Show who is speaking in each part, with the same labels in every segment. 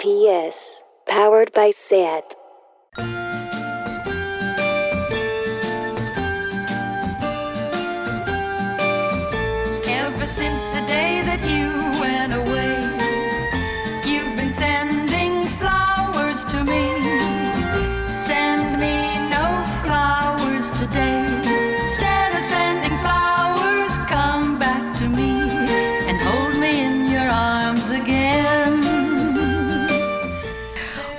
Speaker 1: PS, powered by SAT.
Speaker 2: Ever since the day that you went away, you've been sending flowers to me. Send me no flowers today. Instead of sending flowers, come back to me and hold me in your arms again.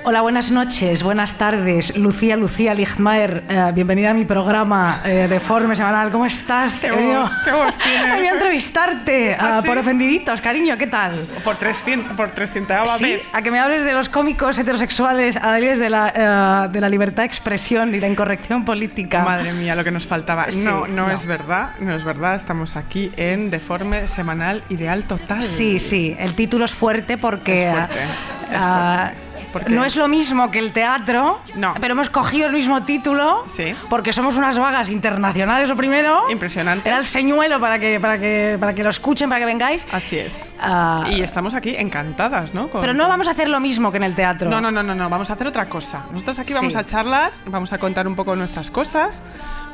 Speaker 3: Hola, buenas noches, buenas tardes. Lucía, Lucía Lichtmaer, eh, bienvenida a mi programa eh, de Forme Semanal. ¿Cómo estás?
Speaker 4: Qué
Speaker 3: He venido-
Speaker 4: voz, qué voz tienes,
Speaker 3: He venido a
Speaker 4: ¿eh?
Speaker 3: entrevistarte
Speaker 4: ¿Ah,
Speaker 3: ah,
Speaker 4: sí?
Speaker 3: por ofendiditos, cariño, ¿qué tal?
Speaker 4: Por 300, por 300
Speaker 3: Sí,
Speaker 4: vez.
Speaker 3: a que me hables de los cómicos heterosexuales, a darles de la, eh, de la libertad de expresión y la incorrección política.
Speaker 4: Madre mía, lo que nos faltaba.
Speaker 3: Sí,
Speaker 4: no, no,
Speaker 3: no.
Speaker 4: es verdad, no es verdad. Estamos aquí en Deforme Semanal Ideal Total.
Speaker 3: Sí, sí, el título es fuerte porque...
Speaker 4: Es fuerte,
Speaker 3: ah,
Speaker 4: es
Speaker 3: ah,
Speaker 4: fuerte, porque-
Speaker 3: No es lo mismo que el teatro,
Speaker 4: No.
Speaker 3: pero hemos cogido el mismo título
Speaker 4: Sí.
Speaker 3: porque somos unas vagas internacionales, lo primero.
Speaker 4: Impresionante.
Speaker 3: Era el señuelo para que, para que, para que lo escuchen, para que vengáis.
Speaker 4: Así es.
Speaker 3: Ah,
Speaker 4: Y estamos aquí encantadas, ¿no? Con-
Speaker 3: pero no vamos a hacer lo mismo que en el teatro.
Speaker 4: No, no, no, no, no, vamos a hacer otra cosa. Nosotros aquí vamos
Speaker 3: Sí.
Speaker 4: a charlar, vamos a contar un poco nuestras cosas,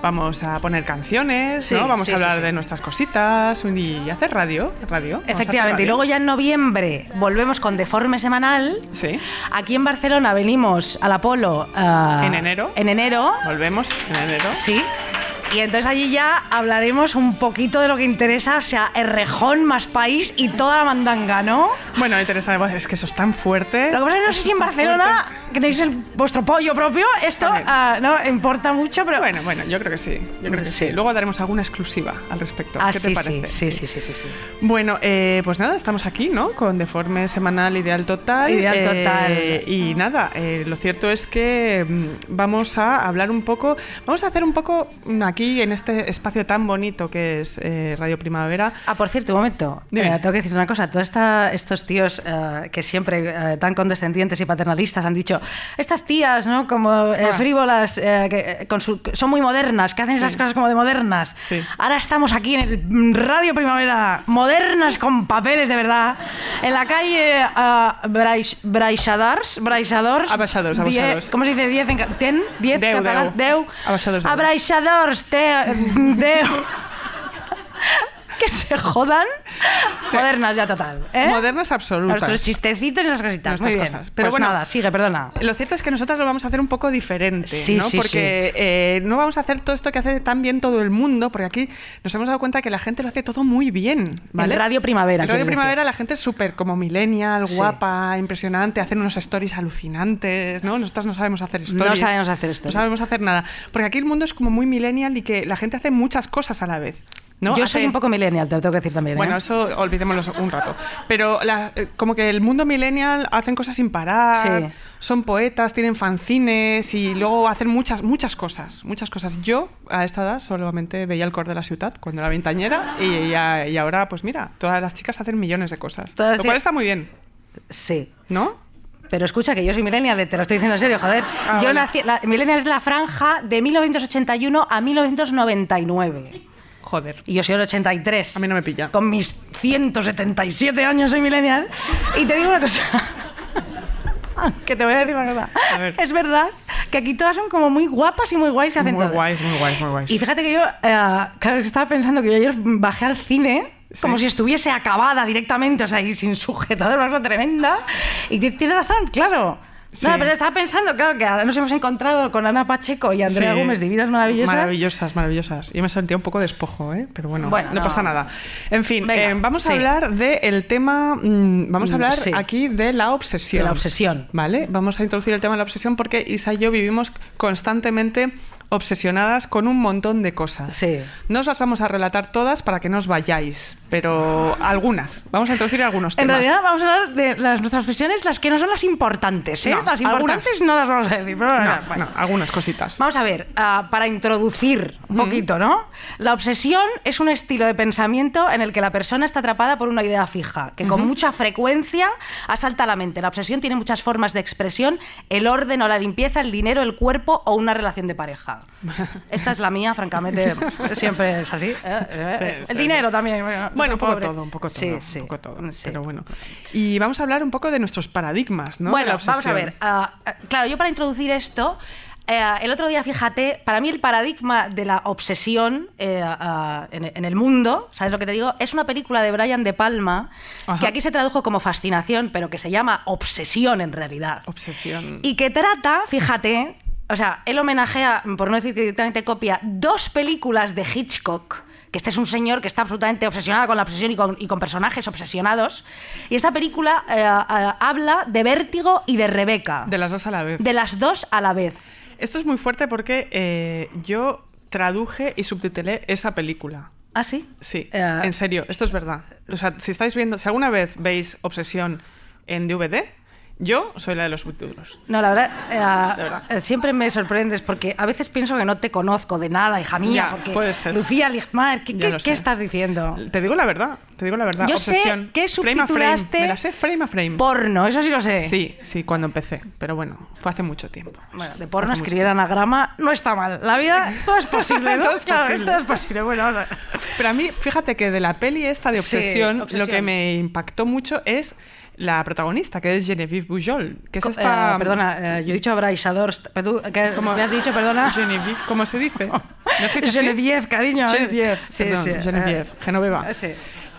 Speaker 4: vamos a poner canciones,
Speaker 3: Sí,
Speaker 4: ¿no? Vamos
Speaker 3: sí,
Speaker 4: a
Speaker 3: sí,
Speaker 4: hablar
Speaker 3: sí.
Speaker 4: de nuestras cositas y hacer radio, radio. vamos a hacer
Speaker 3: Efectivamente. Y
Speaker 4: radio.
Speaker 3: luego ya en noviembre volvemos con Deforme Semanal.
Speaker 4: Sí.
Speaker 3: Aquí en Barcelona venimos al Apolo. ah,
Speaker 4: En enero.
Speaker 3: En enero.
Speaker 4: Volvemos en enero.
Speaker 3: Sí. Y entonces allí ya hablaremos un poquito de lo que interesa, o sea, Errejón más país y toda la mandanga, ¿no?
Speaker 4: Bueno, interesante, pues es que eso es tan fuerte.
Speaker 3: Lo que pasa es que no sé si en Barcelona que tenéis el- vuestro pollo propio, esto
Speaker 4: También.
Speaker 3: ah, no importa mucho, pero
Speaker 4: Bueno, bueno, yo creo que sí. Yo creo que sí.
Speaker 3: Sí.
Speaker 4: Luego daremos alguna exclusiva al respecto.
Speaker 3: Ah,
Speaker 4: ¿Qué
Speaker 3: sí, sí,
Speaker 4: te parece?
Speaker 3: sí, sí, sí, sí, sí.
Speaker 4: Bueno, eh, pues nada, estamos aquí, ¿no? Con Deforme Semanal Ideal Total.
Speaker 3: Ideal
Speaker 4: eh, Y nada, eh, lo cierto es que mm, vamos a hablar un poco, vamos a hacer un poco mm, aquí en este espacio tan bonito que es eh, Radio Primavera.
Speaker 3: Ah, por cierto, un momento.
Speaker 4: Dime.
Speaker 3: Eh, tengo que decir una cosa. Todos estos tíos eh, que siempre eh, tan condescendientes y paternalistas han dicho, estas tías, ¿no? Como eh,
Speaker 4: Ah.
Speaker 3: frívolas, eh, que eh, con su- que son muy modernas, que hacen esas
Speaker 4: Sí.
Speaker 3: cosas como de modernas.
Speaker 4: Sí.
Speaker 3: Ahora estamos aquí en el mm, Radio Primavera, modernas con papeles de verdad, en la calle uh, Braixadars, Braixadors.
Speaker 4: Abaixadors, abaixadors.
Speaker 3: Die- ¿Cómo se dice? 10 en ca- ten, 10
Speaker 4: Deu,
Speaker 3: catalán.
Speaker 4: deu.
Speaker 3: Deu.
Speaker 4: Abaixadors, deu.
Speaker 3: Abraixadors, te- deu. que se jodan.
Speaker 4: Sí.
Speaker 3: Modernas ya total. ¿eh?
Speaker 4: Modernas absolutas.
Speaker 3: Nuestros chistecitos y esas cositas.
Speaker 4: Nuestras
Speaker 3: Muy bien.
Speaker 4: cosas. Pero
Speaker 3: pues
Speaker 4: bueno,
Speaker 3: nada, sigue, perdona.
Speaker 4: Lo cierto es que nosotras lo vamos a hacer un poco diferente,
Speaker 3: Sí,
Speaker 4: ¿no?
Speaker 3: sí,
Speaker 4: porque eh, no vamos a hacer todo esto que hace tan bien todo el mundo, porque aquí nos hemos dado cuenta que la gente lo hace todo muy bien, ¿vale?
Speaker 3: En Radio Primavera,
Speaker 4: En Radio
Speaker 3: quieres
Speaker 4: Primavera la gente es súper como millennial,
Speaker 3: Sí.
Speaker 4: guapa, impresionante, hacen unos stories alucinantes, ¿no? Nosotras no sabemos hacer stories.
Speaker 3: No sabemos hacer stories.
Speaker 4: No sabemos hacer nada. Porque aquí el mundo es como muy millennial y que la gente hace muchas cosas a la vez, ¿no?
Speaker 3: Yo
Speaker 4: Hace-
Speaker 3: soy un poco millennial, te lo tengo que decir también. ¿eh?
Speaker 4: bueno, eso olvidémoslo un rato. Pero la- eh, como que el mundo millennial hacen cosas sin parar,
Speaker 3: Sí.
Speaker 4: son poetas, tienen fanzines y luego hacen muchas, muchas cosas, muchas cosas. Yo a esta edad solamente veía el cor de la ciudad cuando era ventañera y, ya- y ahora, pues mira, todas las chicas hacen millones de cosas.
Speaker 3: Todas
Speaker 4: lo cual
Speaker 3: sí.
Speaker 4: está muy bien,
Speaker 3: Sí.
Speaker 4: ¿no?
Speaker 3: Pero escucha que yo soy millennial, te lo estoy diciendo en serio, joder.
Speaker 4: Ah,
Speaker 3: yo
Speaker 4: vale.
Speaker 3: nací, la- millennial es la franja de 1981 a 1999.
Speaker 4: Joder.
Speaker 3: Y yo soy el 83.
Speaker 4: A mí no me pilla.
Speaker 3: Con mis 177 años soy millennial. Y te digo una cosa. que te voy a decir una cosa.
Speaker 4: A ver.
Speaker 3: Es verdad que aquí todas son como muy guapas y muy guays y hacen
Speaker 4: Muy
Speaker 3: todo.
Speaker 4: guays, muy guays, muy guays.
Speaker 3: Y fíjate que yo, eh, claro, es que estaba pensando que yo ayer bajé al cine
Speaker 4: Sí.
Speaker 3: como si estuviese acabada directamente, o sea, y sin sujetador, una cosa tremenda. Y ti- tienes razón, claro.
Speaker 4: Sí.
Speaker 3: No, pero estaba pensando, claro, que ahora nos hemos encontrado con Ana Pacheco y Andrea
Speaker 4: Sí.
Speaker 3: Gómez, divinas maravillosas.
Speaker 4: Maravillosas, maravillosas. Yo me sentía un poco despojo, ¿eh? pero bueno,
Speaker 3: Bueno,
Speaker 4: no,
Speaker 3: no.
Speaker 4: pasa nada. En fin,
Speaker 3: Venga,
Speaker 4: eh, vamos
Speaker 3: sí.
Speaker 4: a hablar del tema. mm, vamos
Speaker 3: Mm,
Speaker 4: a hablar
Speaker 3: sí.
Speaker 4: aquí de la obsesión.
Speaker 3: De la obsesión.
Speaker 4: ¿Vale? Vamos a introducir el tema de la obsesión porque Isa y yo vivimos constantemente obsesionadas con un montón de cosas.
Speaker 3: Sí.
Speaker 4: No os las vamos a relatar todas para que no os vayáis, pero algunas. Vamos a introducir algunos
Speaker 3: En
Speaker 4: temas.
Speaker 3: realidad vamos a hablar de las, nuestras obsesiones, las que no son las importantes, ¿eh?
Speaker 4: No,
Speaker 3: las importantes
Speaker 4: algunas.
Speaker 3: no las vamos a decir. pero bueno,
Speaker 4: No,
Speaker 3: bueno.
Speaker 4: no, algunas cositas.
Speaker 3: Vamos a ver, ah, para introducir un poquito, ¿no? La obsesión es un estilo de pensamiento en el que la persona está atrapada por una idea fija, que con mucha frecuencia asalta la mente. La obsesión tiene muchas formas de expresión, el orden o la limpieza, el dinero, el cuerpo o una relación de pareja. Esta es la mía, francamente, siempre es así. ¿eh? ¿eh?
Speaker 4: Sí, sí.
Speaker 3: El dinero también. Bueno,
Speaker 4: Bueno, un poco
Speaker 3: pobre.
Speaker 4: todo, un poco todo.
Speaker 3: Sí,
Speaker 4: un
Speaker 3: sí,
Speaker 4: poco todo.
Speaker 3: sí.
Speaker 4: Pero bueno. Y vamos a hablar un poco de nuestros paradigmas, ¿no? De
Speaker 3: Bueno,
Speaker 4: la
Speaker 3: vamos a
Speaker 4: obsesión.
Speaker 3: ver. ah, ah, claro, yo para introducir esto, eh, el otro día, fíjate, para mí el paradigma de la obsesión eh, ah, en, en el mundo, ¿sabes lo que te digo? Es una película de Brian De Palma,
Speaker 4: Ajá.
Speaker 3: que aquí se tradujo como fascinación, pero que se llama obsesión en realidad.
Speaker 4: Obsesión.
Speaker 3: Y que trata, fíjate, o sea, él homenajea, por no decir que directamente copia, dos películas de Hitchcock. Que este es un señor que está absolutamente obsesionado con la obsesión y con, y con personajes obsesionados. Y esta película eh, eh, habla de Vértigo y de Rebeca.
Speaker 4: De las dos a la vez.
Speaker 3: De las dos a la vez.
Speaker 4: Esto es muy fuerte porque eh, yo traduje y subtitulé esa película.
Speaker 3: ¿Ah, sí?
Speaker 4: Sí,
Speaker 3: Eh,
Speaker 4: en serio, esto es verdad. O sea, si estáis viendo, si alguna vez veis Obsesión en DVD, yo soy la de los subtítulos.
Speaker 3: No, la verdad, eh,
Speaker 4: verdad.
Speaker 3: eh, siempre me sorprendes porque a veces pienso que no te conozco de nada, hija mía.
Speaker 4: Ya,
Speaker 3: porque
Speaker 4: puede ser.
Speaker 3: Lucía Ligmar, ¿qué,
Speaker 4: Ya
Speaker 3: qué-
Speaker 4: lo
Speaker 3: qué
Speaker 4: sé.
Speaker 3: estás diciendo?
Speaker 4: Te digo la verdad, te digo la verdad.
Speaker 3: Yo sé
Speaker 4: Obsesión.
Speaker 3: que
Speaker 4: Frame a frame.
Speaker 3: subtitulaste
Speaker 4: Me la sé frame a frame.
Speaker 3: Porno, eso sí lo sé.
Speaker 4: Sí, sí, cuando empecé, pero bueno, fue hace mucho tiempo.
Speaker 3: Bueno, de
Speaker 4: Hace
Speaker 3: porno
Speaker 4: mucho
Speaker 3: escribir anagrama no está mal. La vida, todo es posible, ¿no?
Speaker 4: Todo es
Speaker 3: claro,
Speaker 4: posible.
Speaker 3: esto es posible. Bueno, vamos a ver.
Speaker 4: Pero a mí, fíjate que de la peli esta de
Speaker 3: Sí,
Speaker 4: obsesión,
Speaker 3: Obsesión.
Speaker 4: lo que me impactó mucho es la protagonista, que es Genevieve Bujol, que es
Speaker 3: Co-
Speaker 4: esta...
Speaker 3: eh, perdona, eh, yo he dicho abraisador, st- pero tú, ¿qué
Speaker 4: ¿Cómo?
Speaker 3: me has dicho? Perdona.
Speaker 4: Genevieve, ¿cómo se dice? No sé qué es.
Speaker 3: Genevieve, cariño. a ver.
Speaker 4: Genevieve,
Speaker 3: Sí,
Speaker 4: perdón,
Speaker 3: sí.
Speaker 4: Genevieve,
Speaker 3: eh,
Speaker 4: Genoveva.
Speaker 3: eh, sí.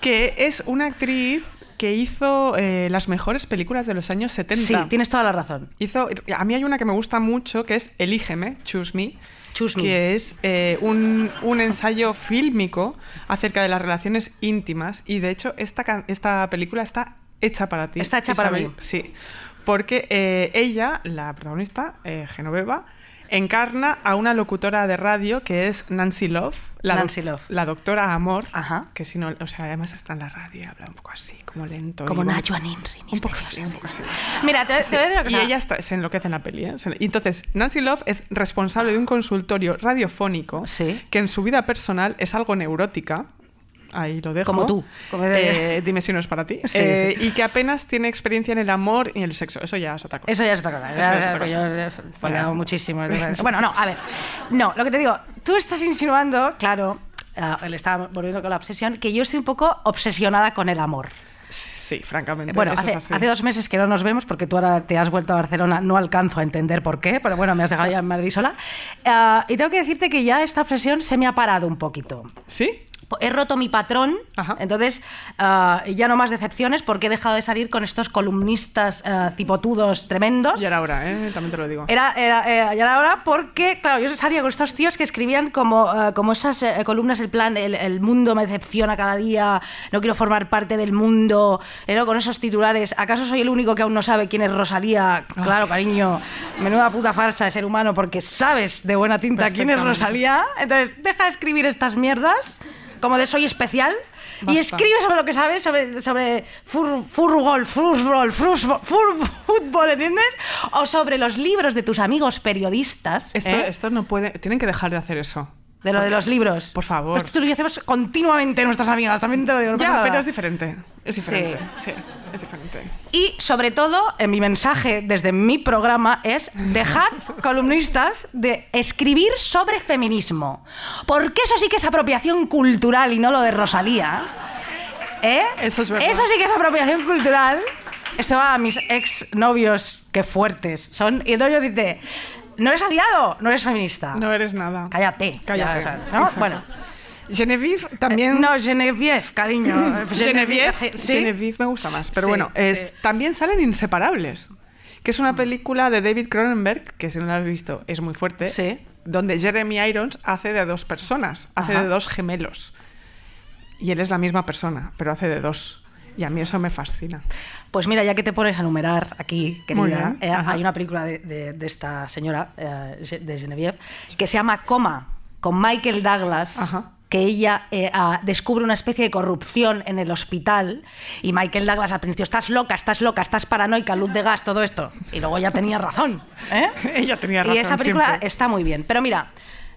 Speaker 4: Que es una actriz que hizo eh, las mejores películas de los años 70.
Speaker 3: Sí, tienes toda la razón.
Speaker 4: Hizo, a mí hay una que me gusta mucho que es Elígeme, Choose Me,
Speaker 3: Choose Me.
Speaker 4: que es eh, un, un ensayo fílmico acerca de las relaciones íntimas y de hecho esta, can- esta película está hecha para ti.
Speaker 3: Está hecha para mí.
Speaker 4: Sí, porque eh, ella, la protagonista, eh, Genoveva, encarna a una locutora de radio que es Nancy Love, la, doc-
Speaker 3: Nancy Love.
Speaker 4: la doctora Amor,
Speaker 3: Ajá.
Speaker 4: que si no, o sea, además está en la radio y habla un poco así, como lento. y
Speaker 3: Como
Speaker 4: un-
Speaker 3: Nacho Aninri.
Speaker 4: Un poco así, un poco así.
Speaker 3: Mira, te, te voy a decir una
Speaker 4: Y
Speaker 3: cosa.
Speaker 4: ella está- se enloquece en la peli. ¿eh? Se- y Entonces, Nancy Love es responsable de un consultorio radiofónico
Speaker 3: Sí.
Speaker 4: que en su vida personal es algo neurótica. Ahí lo dejo.
Speaker 3: Como tú. Como-
Speaker 4: Eh, dime si no es para ti.
Speaker 3: Sí,
Speaker 4: Eh,
Speaker 3: sí.
Speaker 4: Y que apenas tiene experiencia en el amor y en el sexo. Eso ya es otra cosa.
Speaker 3: Eso ya es otra cosa.
Speaker 4: Eso
Speaker 3: ya-
Speaker 4: ya es
Speaker 3: ya-
Speaker 4: otra
Speaker 3: yo
Speaker 4: cosa.
Speaker 3: he fallado
Speaker 4: Bueno.
Speaker 3: muchísimo. Bueno, no, a ver. No, lo que te digo, tú estás insinuando, claro, ah, le estaba volviendo con la obsesión, que yo estoy un poco obsesionada con el amor.
Speaker 4: Sí, francamente.
Speaker 3: Bueno,
Speaker 4: eso es
Speaker 3: hace,
Speaker 4: así.
Speaker 3: hace dos meses que no nos vemos porque tú ahora te has vuelto a Barcelona, no alcanzo a entender por qué, pero bueno, me has dejado ya en Madrid sola. Ah, y tengo que decirte que ya esta obsesión se me ha parado un poquito.
Speaker 4: ¿Sí?
Speaker 3: Po- He roto mi patrón,
Speaker 4: Ajá.
Speaker 3: entonces ah, ya no más decepciones porque he dejado de salir con estos columnistas ah, cipotudos tremendos.
Speaker 4: Y ahora, ¿eh? también te lo digo.
Speaker 3: Era, era, eh, ya era hora porque, claro, yo salía con estos tíos que escribían como, eh, como esas eh, columnas, el plan, el, el mundo me decepciona cada día, no quiero formar parte del mundo, eh, ¿no? con esos titulares. ¿Acaso soy el único que aún no sabe quién es Rosalía?
Speaker 4: Ah.
Speaker 3: Claro, cariño, menuda puta farsa de ser humano porque sabes de buena tinta quién es
Speaker 4: Perfectamente.
Speaker 3: Rosalía. Entonces, deja de escribir estas mierdas como de soy especial. Y
Speaker 4: Basta.
Speaker 3: escribe sobre lo que sabes, sobre, sobre fur- furgol, fútbol, fútbol, fútbol, ¿entiendes? O sobre los libros de tus amigos periodistas.
Speaker 4: Esto,
Speaker 3: ¿eh?
Speaker 4: esto no puede. Tienen que dejar de hacer eso.
Speaker 3: de lo de los libros.
Speaker 4: Por favor.
Speaker 3: Pues esto lo hacemos continuamente nuestras amigas, también te lo digo. no pasa
Speaker 4: Ya,
Speaker 3: nada.
Speaker 4: pero es diferente. Es diferente. Sí, es diferente.
Speaker 3: Y sobre todo, en mi mensaje desde mi programa es dejar columnistas de escribir sobre feminismo. Porque eso sí que es apropiación cultural y no lo de Rosalía. ¿Eh?
Speaker 4: Eso es verdad.
Speaker 3: Eso sí que es apropiación cultural. Esto va a mis ex novios, que fuertes son. Y entonces yo dice, no eres aliado, no eres feminista.
Speaker 4: No eres nada.
Speaker 3: Cállate.
Speaker 4: Cállate.
Speaker 3: Ya, o sea, ¿no?
Speaker 4: Exacto.
Speaker 3: Bueno. eh,
Speaker 4: Genevieve también.
Speaker 3: No, Genevieve, cariño.
Speaker 4: Pues Genevieve,
Speaker 3: ¿sí?
Speaker 4: Genevieve me gusta más.
Speaker 3: Sí,
Speaker 4: Pero
Speaker 3: Mm.
Speaker 4: bueno, es-
Speaker 3: sí.
Speaker 4: también salen Inseparables, que es una película de David Cronenberg, que si no la has visto es muy fuerte,
Speaker 3: Sí.
Speaker 4: donde Jeremy Irons hace de dos personas, hace
Speaker 3: Ajá.
Speaker 4: de dos gemelos. Y él es la misma persona, pero hace de dos. Y a mí eso me fascina.
Speaker 3: Pues mira, ya que te pones a numerar aquí,
Speaker 4: Muy
Speaker 3: querida,
Speaker 4: bien,
Speaker 3: eh,
Speaker 4: ajá.
Speaker 3: hay una película de, de- de esta señora, eh, Ge- de Genevieve, que se llama Coma, con Michael Douglas.
Speaker 4: Ajá.
Speaker 3: que ella eh, ah, descubre una especie de corrupción en el hospital y Michael Douglas al principio, estás loca, estás loca, estás paranoica, luz de gas, todo esto. Y luego ya tenía razón. ¿eh?
Speaker 4: Ella tenía razón
Speaker 3: Y esa película
Speaker 4: siempre.
Speaker 3: está muy bien. Pero mira,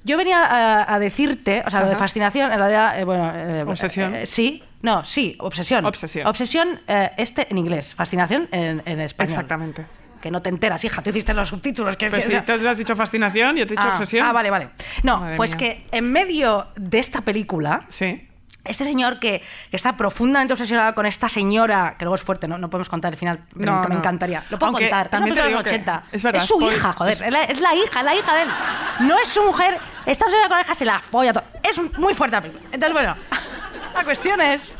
Speaker 3: yo venía a, a decirte, o sea, lo de
Speaker 4: Ajá.
Speaker 3: fascinación, en realidad, eh, bueno... eh,
Speaker 4: Obsesión.
Speaker 3: eh, sí, no, sí, obsesión.
Speaker 4: Obsesión.
Speaker 3: Obsesión, eh, este en inglés, fascinación en, en español.
Speaker 4: Exactamente.
Speaker 3: que no te enteras, hija, tú hiciste los subtítulos. Que,
Speaker 4: Pues
Speaker 3: que-
Speaker 4: sí, te has dicho fascinación, yo te he dicho
Speaker 3: ah,
Speaker 4: obsesión.
Speaker 3: ah, vale, vale. No,
Speaker 4: Madre
Speaker 3: pues
Speaker 4: mía.
Speaker 3: que en medio de esta película,
Speaker 4: Sí.
Speaker 3: este señor que, que está profundamente obsesionado con esta señora, que luego es fuerte, no, no podemos contar el final, pero
Speaker 4: No,
Speaker 3: que me
Speaker 4: no.
Speaker 3: encantaría. Lo puedo
Speaker 4: Aunque
Speaker 3: contar. Es una
Speaker 4: también te
Speaker 3: película de los
Speaker 4: digo que
Speaker 3: 80.
Speaker 4: es verdad,
Speaker 3: su
Speaker 4: spoil-
Speaker 3: hija, joder. Es la, es la hija, es la hija de él. No es su mujer, está obsesionada con la hija, se la folla. todo. Es un- muy fuerte la película. Entonces, bueno, la cuestión es.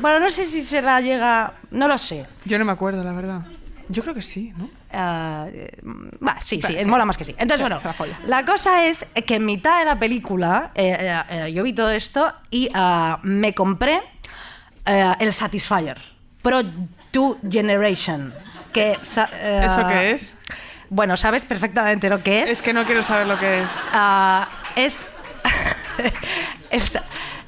Speaker 3: Bueno, no sé si se la llega. No lo sé.
Speaker 4: Yo no me acuerdo, la verdad. Yo creo que sí, ¿no?
Speaker 3: Ah, eh, va, sí, sí,
Speaker 4: Vale, sí.
Speaker 3: mola más que sí. Entonces,
Speaker 4: Sí,
Speaker 3: bueno,
Speaker 4: se la folla.
Speaker 3: la cosa es que en mitad de la película eh, eh, eh, yo vi todo esto y ah, me compré eh, el Satisfyer Pro 2 Generation. Que, sa- eh,
Speaker 4: ¿Eso qué es?
Speaker 3: Bueno, sabes perfectamente lo que es.
Speaker 4: Es que no quiero saber lo que es.
Speaker 3: Ah, es, es-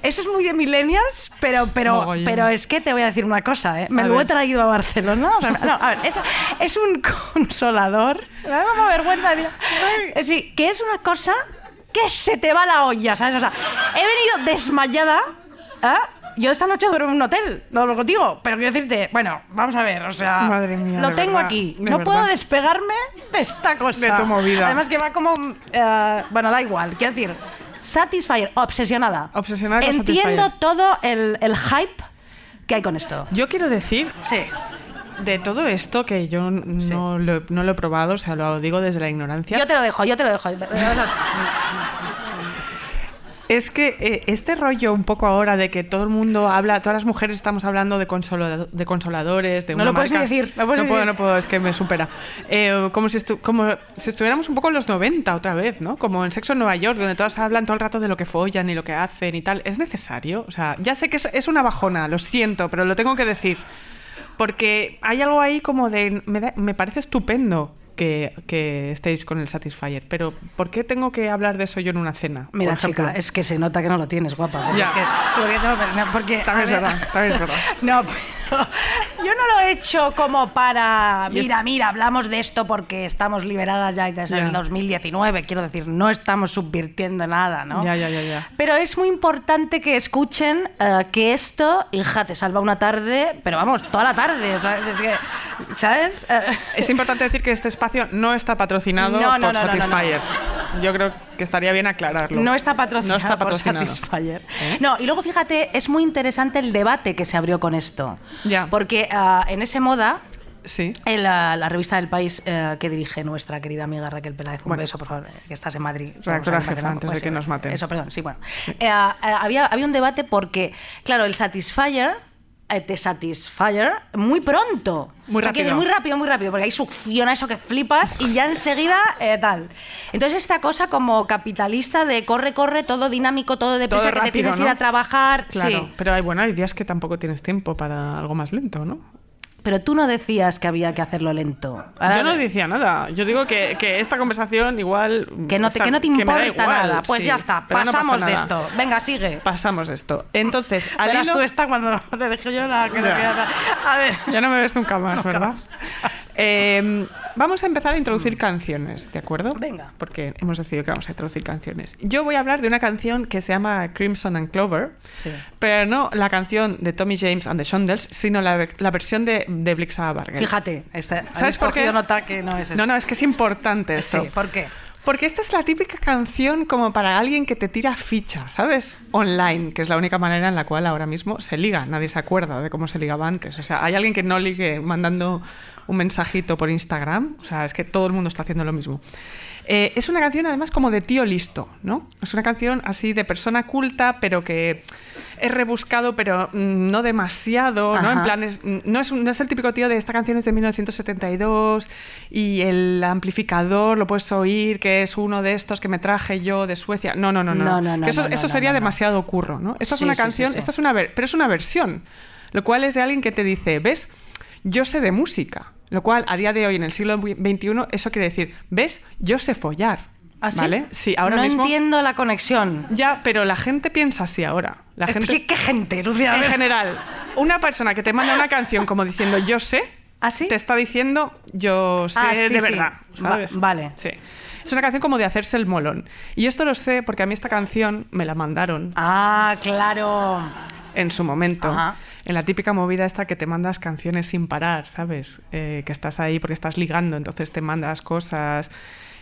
Speaker 3: Eso es muy de millennials, pero, pero,
Speaker 4: Mogollón.
Speaker 3: pero es que te voy a decir una cosa, ¿eh? Me
Speaker 4: A
Speaker 3: lo
Speaker 4: ver.
Speaker 3: he traído a Barcelona. o sea, no, a ver, es, es un consolador. Me da como vergüenza. tío. Eh, Sí, que es una cosa que se te va la olla, ¿sabes? O sea, he venido desmayada. ¿ah? Yo esta noche duermo en un hotel, no lo digo, pero quiero decirte, bueno, vamos a ver, o sea,
Speaker 4: Madre mía,
Speaker 3: lo
Speaker 4: de
Speaker 3: tengo
Speaker 4: verdad,
Speaker 3: aquí,
Speaker 4: de
Speaker 3: no puedo
Speaker 4: verdad.
Speaker 3: despegarme de esta cosa.
Speaker 4: De tu movida.
Speaker 3: Además que va como... eh, bueno, da igual, quiero decir, Satisfyer, obsesionada.
Speaker 4: Obsesionada con
Speaker 3: Entiendo
Speaker 4: Satisfyer.
Speaker 3: todo el, el hype que hay con esto.
Speaker 4: Yo quiero decir
Speaker 3: Sí.
Speaker 4: de todo esto que yo n-
Speaker 3: Sí.
Speaker 4: no, lo, no lo he probado, o sea, lo digo desde la ignorancia.
Speaker 3: Yo te lo dejo, yo te lo dejo.
Speaker 4: Es que eh, este rollo un poco ahora de que todo el mundo habla, todas las mujeres estamos hablando de, consolado- de consoladores, de
Speaker 3: No
Speaker 4: una
Speaker 3: lo puedes
Speaker 4: marca.
Speaker 3: ni decir, no puedes ni
Speaker 4: puedo,
Speaker 3: decir.
Speaker 4: no puedo, es que me supera. Eh, como, si estu- como si estuviéramos un poco en los 90 otra vez, ¿no? Como en Sexo en Nueva York, donde todas hablan todo el rato de lo que follan y lo que hacen y tal. ¿Es necesario? O sea, ya sé que es, es una bajona, lo siento, pero lo tengo que decir. Porque hay algo ahí como de. Me, da- me parece estupendo. Que, que estéis con el Satisfyer, pero ¿por qué tengo que hablar de eso yo en una cena?
Speaker 3: Mira,
Speaker 4: por ejemplo?
Speaker 3: chica, es que se nota que no lo tienes, guapa. porque
Speaker 4: Ya.
Speaker 3: Es que, porque, no, no, porque-
Speaker 4: También es
Speaker 3: a ver-
Speaker 4: verdad, también es verdad.
Speaker 3: No, pero yo no lo he hecho como para,
Speaker 4: Y es-
Speaker 3: mira, mira, hablamos de esto porque estamos liberadas ya desde
Speaker 4: Ya.
Speaker 3: el 2019, quiero decir, no estamos subvirtiendo nada, ¿no?
Speaker 4: Ya, ya, ya, ya.
Speaker 3: Pero es muy importante que escuchen eh, que esto, hija, te salva una tarde, pero vamos, toda la tarde, o sea, es que, ¿sabes? Eh,
Speaker 4: Es importante decir que este espacio no está patrocinado
Speaker 3: No, no,
Speaker 4: por
Speaker 3: no, no, no, no.
Speaker 4: Satisfyer. Yo creo que estaría bien aclararlo.
Speaker 3: No está patrocinado,
Speaker 4: No está patrocinado. ¿Eh?
Speaker 3: por Satisfyer. No, y luego fíjate, es muy interesante el debate que se abrió con esto.
Speaker 4: Ya.
Speaker 3: Porque ah, en ese moda,
Speaker 4: Sí.
Speaker 3: en la, la revista del país eh, que dirige nuestra querida amiga Raquel Peláez, un
Speaker 4: Bueno.
Speaker 3: beso, por favor, eh, que estás en Madrid.
Speaker 4: Redactora
Speaker 3: Vamos a ver,
Speaker 4: jefa,
Speaker 3: Marcela,
Speaker 4: antes de
Speaker 3: pues,
Speaker 4: que
Speaker 3: eh,
Speaker 4: nos maten.
Speaker 3: Eso, perdón, sí, bueno. Eh, ah, eh, había, había un debate porque, claro, el Satisfyer eh, te satisfyer muy pronto.
Speaker 4: Muy
Speaker 3: O sea, quiero decir,
Speaker 4: rápido.
Speaker 3: muy rápido, muy rápido, porque ahí succiona eso que flipas y ya enseguida eh, tal. Entonces esta cosa como capitalista de corre, corre, todo dinámico, todo deprisa,
Speaker 4: Todo
Speaker 3: que te
Speaker 4: rápido,
Speaker 3: tienes que ir
Speaker 4: ¿no?
Speaker 3: a trabajar.
Speaker 4: Claro.
Speaker 3: Sí.
Speaker 4: Pero hay, bueno, hay días que tampoco tienes tiempo para algo más lento, ¿no?
Speaker 3: Pero tú no decías que había que hacerlo lento. Ahora-
Speaker 4: Yo no decía nada. Yo digo que, que esta conversación igual...
Speaker 3: Que no, te,
Speaker 4: está-
Speaker 3: que no te
Speaker 4: me da
Speaker 3: importa
Speaker 4: igual,
Speaker 3: nada. Pues
Speaker 4: sí,
Speaker 3: ya está,
Speaker 4: pero no pasa
Speaker 3: pasamos de
Speaker 4: nada.
Speaker 3: esto. Venga, sigue.
Speaker 4: Pasamos de esto. Entonces, al
Speaker 3: Verás
Speaker 4: hilo-
Speaker 3: tú esta cuando te dejé yo la... que no
Speaker 4: Ya.
Speaker 3: quería- A ver.
Speaker 4: Ya no me ves nunca más,
Speaker 3: Nunca
Speaker 4: ¿verdad?
Speaker 3: más.
Speaker 4: Eh, vamos a empezar a introducir canciones, ¿de acuerdo?
Speaker 3: Venga.
Speaker 4: Porque hemos decidido que vamos a introducir canciones. Yo voy a hablar de una canción que se llama Crimson and Clover,
Speaker 3: Sí.
Speaker 4: pero no la canción de Tommy James and the Shondells, sino la, ver- la versión de, de Blixa Bargain.
Speaker 3: Fíjate, esta,
Speaker 4: ¿Sabes por qué?
Speaker 3: nota que no es
Speaker 4: No,
Speaker 3: esto.
Speaker 4: no, es que es importante eso.
Speaker 3: Sí, ¿por qué?
Speaker 4: Porque esta es la típica canción como para alguien que te tira ficha, ¿sabes? Online, que es la única manera en la cual ahora mismo se liga. Nadie se acuerda de cómo se ligaba antes. O sea, hay alguien que no ligue mandando un mensajito por Instagram. O sea, es que todo el mundo está haciendo lo mismo. Eh, es una canción además como de tío listo, ¿no? Es una canción así de persona culta, pero que es rebuscado, pero mm, no demasiado, ¿no?
Speaker 3: Ajá.
Speaker 4: En plan, es- mm, no, es un- no es el típico tío de esta canción es de 1972 y el amplificador lo puedes oír, que es uno de estos que me traje yo de Suecia. No, no, no, no.
Speaker 3: No, no, no,
Speaker 4: Que eso
Speaker 3: no, no,
Speaker 4: eso
Speaker 3: no,
Speaker 4: sería
Speaker 3: no, no.
Speaker 4: demasiado curro, ¿no? Esta
Speaker 3: Sí,
Speaker 4: es una
Speaker 3: sí, sí,
Speaker 4: canción,
Speaker 3: sí.
Speaker 4: Esta es una ver- pero es una versión, lo cual es de alguien que te dice, ¿ves? Yo sé de música. Lo cual, a día de hoy, en el siglo XXI, eso quiere decir, ¿ves? Yo sé follar.
Speaker 3: ¿Ah, sí?
Speaker 4: ¿Vale? Sí, ahora
Speaker 3: no
Speaker 4: mismo.
Speaker 3: entiendo la conexión.
Speaker 4: Ya, pero la gente piensa así ahora. La
Speaker 3: Es
Speaker 4: gente
Speaker 3: que- ¿Qué gente, Lucía? A
Speaker 4: en
Speaker 3: ver.
Speaker 4: general, una persona que te manda una canción como diciendo yo sé,
Speaker 3: ¿Ah, sí?
Speaker 4: te está diciendo yo sé
Speaker 3: Ah, sí,
Speaker 4: de
Speaker 3: sí.
Speaker 4: verdad.
Speaker 3: Va-
Speaker 4: ¿sabes?
Speaker 3: vale.
Speaker 4: Sí. Es una canción como de hacerse el molón. Y esto lo sé porque a mí esta canción me la mandaron
Speaker 3: Ah, claro.
Speaker 4: en su momento.
Speaker 3: Ah. Ajá.
Speaker 4: en la típica movida esta que te mandas canciones sin parar, ¿sabes? Eh, que estás ahí porque estás ligando, entonces te mandas cosas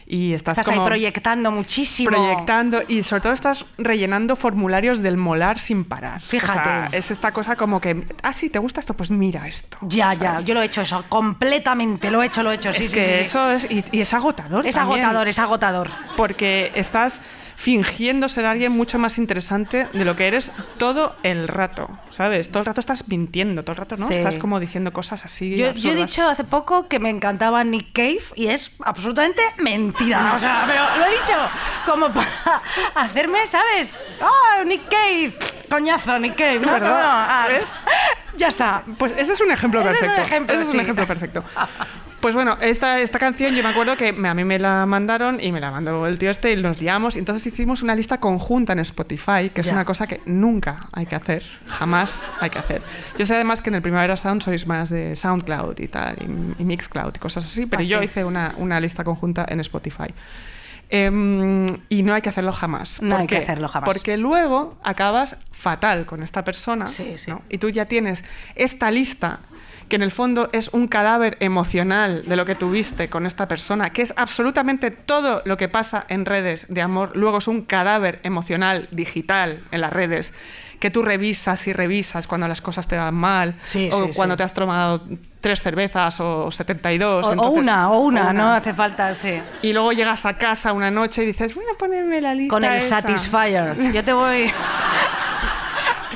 Speaker 4: y estás,
Speaker 3: Estás
Speaker 4: como
Speaker 3: ahí proyectando muchísimo.
Speaker 4: proyectando y sobre todo estás rellenando formularios del molar sin parar. O sea,
Speaker 3: Fíjate.
Speaker 4: es esta cosa como que, ah, sí, ¿te gusta esto? Pues mira esto.
Speaker 3: Ya, ya,
Speaker 4: ¿sabes?
Speaker 3: yo lo he hecho eso, completamente, lo he hecho, lo he hecho. sí,
Speaker 4: es
Speaker 3: sí,
Speaker 4: que
Speaker 3: sí, sí.
Speaker 4: eso es, y, y es agotador.
Speaker 3: es
Speaker 4: también.
Speaker 3: agotador, es agotador.
Speaker 4: porque estás fingiendo ser alguien mucho más interesante de lo que eres todo el rato, ¿sabes? Todo el rato estás mintiendo, todo el rato, ¿no?
Speaker 3: Sí.
Speaker 4: Estás como diciendo cosas así.
Speaker 3: Yo, yo he
Speaker 4: absurdas.
Speaker 3: dicho hace poco que me encantaba Nick Cave y es absolutamente mentira. O sea, pero lo he dicho como para hacerme, ¿sabes? ¡Oh, Nick Cave! Pff, Coñazo, Nick Cave. No,
Speaker 4: ¿Verdad?
Speaker 3: No, no. Ah,
Speaker 4: ¿Ves?
Speaker 3: Ya está.
Speaker 4: Pues ese es un ejemplo
Speaker 3: Ese es un
Speaker 4: perfecto.
Speaker 3: ejemplo,
Speaker 4: ese es un
Speaker 3: sí.
Speaker 4: ejemplo perfecto. Pues bueno, esta, esta canción yo me acuerdo que me- a mí me la mandaron y me la mandó el tío este y nos liamos. Entonces hicimos una lista conjunta en Spotify, que es
Speaker 3: Ya.
Speaker 4: una cosa que nunca hay que hacer, jamás hay que hacer. Yo sé además que en el Primavera Sound sois más de SoundCloud y tal, y, y Mixcloud y cosas así, pero
Speaker 3: Ah,
Speaker 4: yo
Speaker 3: sí.
Speaker 4: hice una, una lista conjunta en Spotify. Em, y no hay que hacerlo jamás.
Speaker 3: No
Speaker 4: ¿Por
Speaker 3: hay que
Speaker 4: qué?
Speaker 3: hacerlo jamás.
Speaker 4: Porque que luego acabas fatal con esta persona
Speaker 3: Sí, sí.
Speaker 4: ¿no? y tú ya tienes esta lista que en el fondo es un cadáver emocional de lo que tuviste con esta persona, que es absolutamente todo lo que pasa en redes de amor, luego es un cadáver emocional digital en las redes, que tú revisas y revisas cuando las cosas te van mal,
Speaker 3: Sí,
Speaker 4: o
Speaker 3: sí,
Speaker 4: cuando
Speaker 3: sí.
Speaker 4: te has tomado tres cervezas o 72.
Speaker 3: O, o
Speaker 4: entonces-
Speaker 3: una, o una,
Speaker 4: o
Speaker 3: no hace falta, sí.
Speaker 4: Y luego llegas a casa una noche y dices, voy a ponerme la lista.
Speaker 3: Con el
Speaker 4: esa".
Speaker 3: Satisfyer. Yo te voy.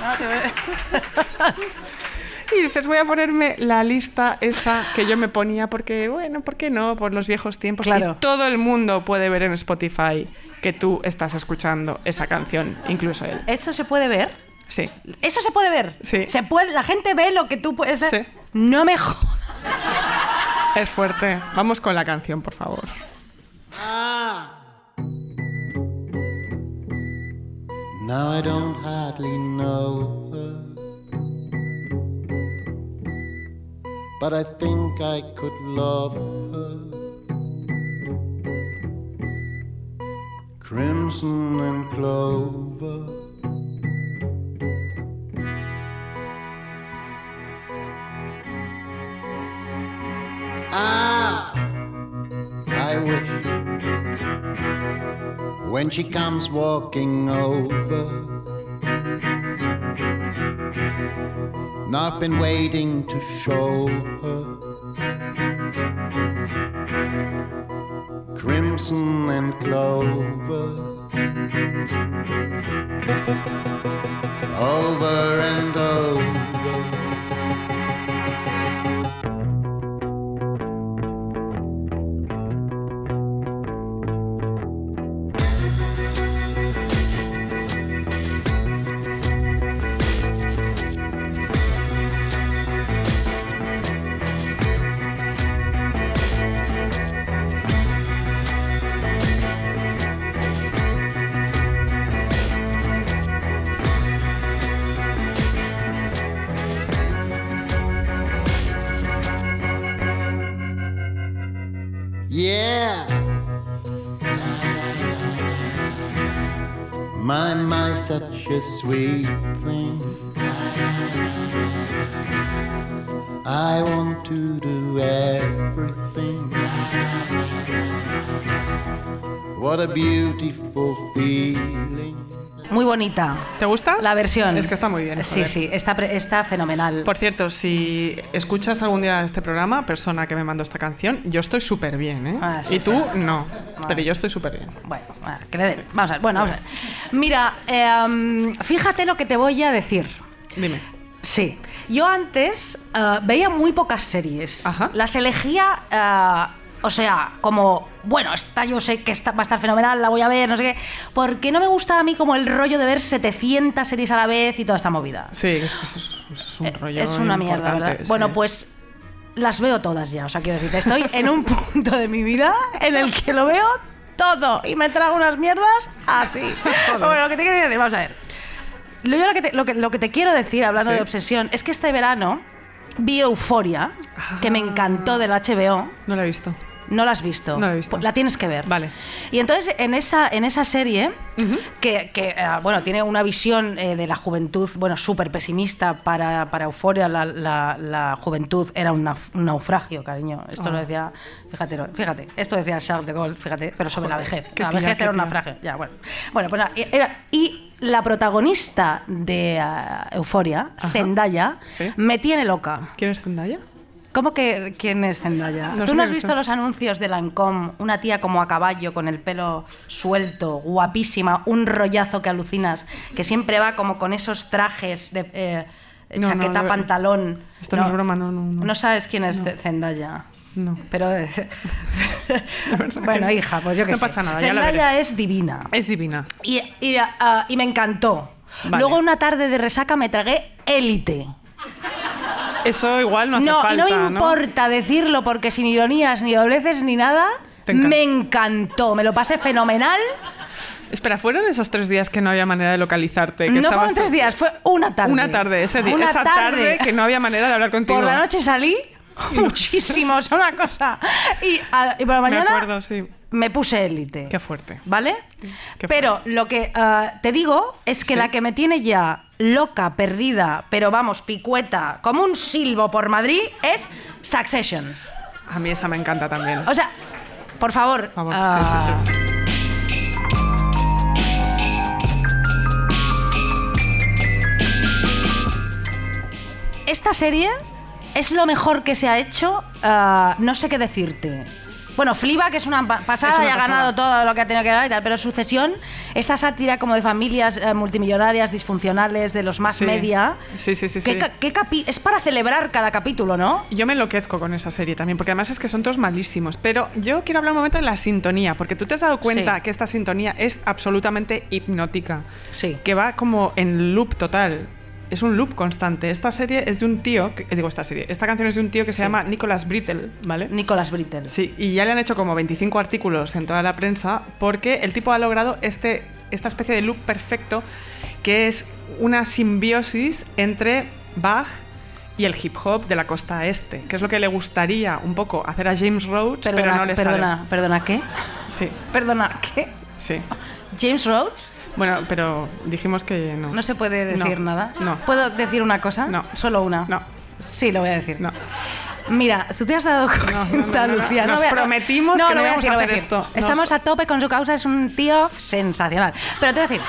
Speaker 3: No, te voy-
Speaker 4: Y dices, voy a ponerme la lista esa que yo me ponía porque, bueno, ¿por qué no? Por los viejos tiempos.
Speaker 3: Claro.
Speaker 4: Y todo el mundo puede ver en Spotify que tú estás escuchando esa canción, incluso él.
Speaker 3: ¿Eso se puede ver?
Speaker 4: Sí.
Speaker 3: ¿Eso se puede ver?
Speaker 4: Sí.
Speaker 3: Se puede, la gente ve lo que tú puedes
Speaker 4: Sí.
Speaker 3: No me jodas.
Speaker 4: Es fuerte. Vamos con la canción, por favor.
Speaker 5: Now I don't hardly know her. But I think I could love her. Crimson and clover. Ah, I wish when she comes walking over. And I've been waiting to show her crimson and clover. Over and over. Yeah. My, my, such a sweet thing. I want to do everything. What a beautiful feeling.
Speaker 3: Muy bonita.
Speaker 4: ¿Te gusta?
Speaker 3: La versión.
Speaker 4: Es que está muy bien.
Speaker 3: Sí,
Speaker 4: joder.
Speaker 3: sí, está, pre- está fenomenal.
Speaker 4: Por cierto, si escuchas algún día este programa, persona que me mandó esta canción, yo estoy súper bien, ¿eh?
Speaker 3: Ah, sí,
Speaker 4: y tú, no. Pero
Speaker 3: Vale.
Speaker 4: yo estoy súper bien.
Speaker 3: Bueno, ah, que le den. Vamos a ver, bueno, vamos a ver. Mira, em, fíjate lo que te voy a decir.
Speaker 4: Dime.
Speaker 3: Sí, yo antes eh, veía muy pocas series.
Speaker 4: Ajá.
Speaker 3: Las elegía, eh, o sea, como, bueno, esta yo sé que esta va a estar fenomenal, la voy a ver, no sé qué. Porque no me gustaba a mí como el rollo de ver 700 series a la vez y toda esta movida.
Speaker 4: Sí, es, es- es- es un
Speaker 3: Eh,
Speaker 4: rollo.
Speaker 3: Es una mierda,
Speaker 4: importante,
Speaker 3: ¿verdad?
Speaker 4: sí.
Speaker 3: Bueno, pues las veo todas ya. O sea, quiero decirte, estoy en un punto de mi vida en el que lo veo todo y me trago unas mierdas así. bueno, lo que te quiero decir, vamos a ver. Lo, yo lo, que te, lo que- lo que te quiero decir, hablando
Speaker 4: Sí.
Speaker 3: de obsesión, es que este verano vi Euforia, que me encantó del HBO.
Speaker 4: No la he visto.
Speaker 3: No la has visto.
Speaker 4: Ah.
Speaker 3: Pues,
Speaker 4: No la he visto.
Speaker 3: La tienes que ver.
Speaker 4: Vale.
Speaker 3: Y entonces en esa, en esa serie, que, que, eh, bueno, tiene una visión eh, de la juventud, bueno, súper pesimista para, para Euforia, la, la- la juventud era un, nauf- un naufragio, cariño. Esto
Speaker 4: Ah.
Speaker 3: lo decía, fíjate, lo- fíjate, esto decía Charles de Gaulle, fíjate, pero sobre la
Speaker 4: Joder,
Speaker 3: vejez.
Speaker 4: qué
Speaker 3: La
Speaker 4: tía,
Speaker 3: vejez
Speaker 4: qué
Speaker 3: era un
Speaker 4: tía.
Speaker 3: naufragio. Ya, bueno. Bueno, pues nada, era- y la protagonista de ah, Euforia, Zendaya,
Speaker 4: Sí.
Speaker 3: me tiene loca.
Speaker 4: ¿Quieres Zendaya?
Speaker 3: ¿Cómo que quién es Zendaya?
Speaker 4: No sé
Speaker 3: ¿Tú no has
Speaker 4: quién es
Speaker 3: visto
Speaker 4: Zendaya.
Speaker 3: los anuncios de Lancôme? Una tía como a caballo, con el pelo suelto, guapísima, un rollazo que alucinas, que siempre va como con esos trajes de eh,
Speaker 4: No, no,
Speaker 3: chaqueta,
Speaker 4: de-
Speaker 3: pantalón.
Speaker 4: Esto no es broma, no, no, no.
Speaker 3: sabes quién es Ze- Zendaya.
Speaker 4: No.
Speaker 3: Pero eh,
Speaker 4: verdad
Speaker 3: bueno,
Speaker 4: que no.
Speaker 3: hija, pues yo qué
Speaker 4: No
Speaker 3: sé.
Speaker 4: pasa nada, ya la
Speaker 3: Zendaya
Speaker 4: veré.
Speaker 3: es divina.
Speaker 4: Es divina.
Speaker 3: Y, y, ah, y me encantó.
Speaker 4: Vale.
Speaker 3: Luego una tarde de resaca me tragué élite.
Speaker 4: Eso igual no hace
Speaker 3: No, y
Speaker 4: falta,
Speaker 3: no me importa decirlo porque sin ironías, ni dobleces, ni nada,
Speaker 4: Te encanta.
Speaker 3: me encantó. Me lo pasé fenomenal.
Speaker 4: Espera, ¿fueron esos tres días que no había manera de localizarte? Que
Speaker 3: no
Speaker 4: estabas-
Speaker 3: fueron tres días, fue una tarde.
Speaker 4: Una tarde, ese día.
Speaker 3: Una
Speaker 4: esa tarde. que no había manera de hablar contigo.
Speaker 3: Por la noche salí muchísimo, es una cosa. Y, a- y por la
Speaker 4: Me
Speaker 3: mañana
Speaker 4: acuerdo, sí.
Speaker 3: me puse élite.
Speaker 4: Qué fuerte.
Speaker 3: ¿Vale?
Speaker 4: Qué
Speaker 3: pero lo que ah, te digo es que
Speaker 4: Sí.
Speaker 3: la que me tiene ya loca, perdida, pero vamos, picueta, como un silbo por Madrid, es Succession.
Speaker 4: A mí esa me encanta también.
Speaker 3: O sea, por favor.
Speaker 4: Por favor,
Speaker 3: ah,
Speaker 4: sí, sí, sí, sí.
Speaker 3: Esta serie es lo mejor que se ha hecho. ah, no sé qué decirte. Bueno, Fliba, que es una pa- pasada,
Speaker 4: Es una
Speaker 3: y ha
Speaker 4: pasada.
Speaker 3: ganado todo lo que ha tenido que ganar y tal, pero Sucesión, esta sátira como de familias eh, multimillonarias, disfuncionales, de los más
Speaker 4: Sí.
Speaker 3: media.
Speaker 4: Sí, sí, sí,
Speaker 3: ¿Qué
Speaker 4: sí.
Speaker 3: ca- qué capi- es para celebrar cada capítulo, ¿no?
Speaker 4: Yo me enloquezco con esa serie también, porque además es que son todos malísimos. Pero yo quiero hablar un momento de la sintonía, porque tú te has dado cuenta
Speaker 3: Sí.
Speaker 4: que esta sintonía es absolutamente hipnótica.
Speaker 3: Sí.
Speaker 4: Que va como en loop total. Es un loop constante. Esta serie es de un tío, que- eh, digo esta serie, esta canción es de un tío que se llama Nicholas Brittle, ¿vale?
Speaker 3: Nicolas Brittle.
Speaker 4: Sí, y ya le han hecho como 25 artículos en toda la prensa porque el tipo ha logrado este, esta especie de loop perfecto que es una simbiosis entre Bach y el hip hop de la costa este, que es lo que le gustaría un poco hacer a James Rhodes,
Speaker 3: Perdona,
Speaker 4: pero no le
Speaker 3: perdona, perdona, ¿qué?
Speaker 4: sale. Sí,
Speaker 3: Perdona, ¿qué?
Speaker 4: sí.
Speaker 3: James Rhodes,
Speaker 4: Bueno, pero dijimos que no.
Speaker 3: no se puede
Speaker 4: No,
Speaker 3: decir nada.
Speaker 4: No.
Speaker 3: ¿Puedo decir una cosa?
Speaker 4: No.
Speaker 3: Solo una.
Speaker 4: No.
Speaker 3: Sí, lo voy a decir.
Speaker 4: No.
Speaker 3: Mira, tú te has dado cuenta,
Speaker 4: no, no, no, no.
Speaker 3: Lucía.
Speaker 4: Nos
Speaker 3: voy a-
Speaker 4: prometimos que no
Speaker 3: voy
Speaker 4: íbamos
Speaker 3: decir,
Speaker 4: a
Speaker 3: voy
Speaker 4: hacer
Speaker 3: decir.
Speaker 4: esto.
Speaker 3: Estamos
Speaker 4: Nos-
Speaker 3: a tope con su causa, es un tío sensacional. Pero te voy a decir.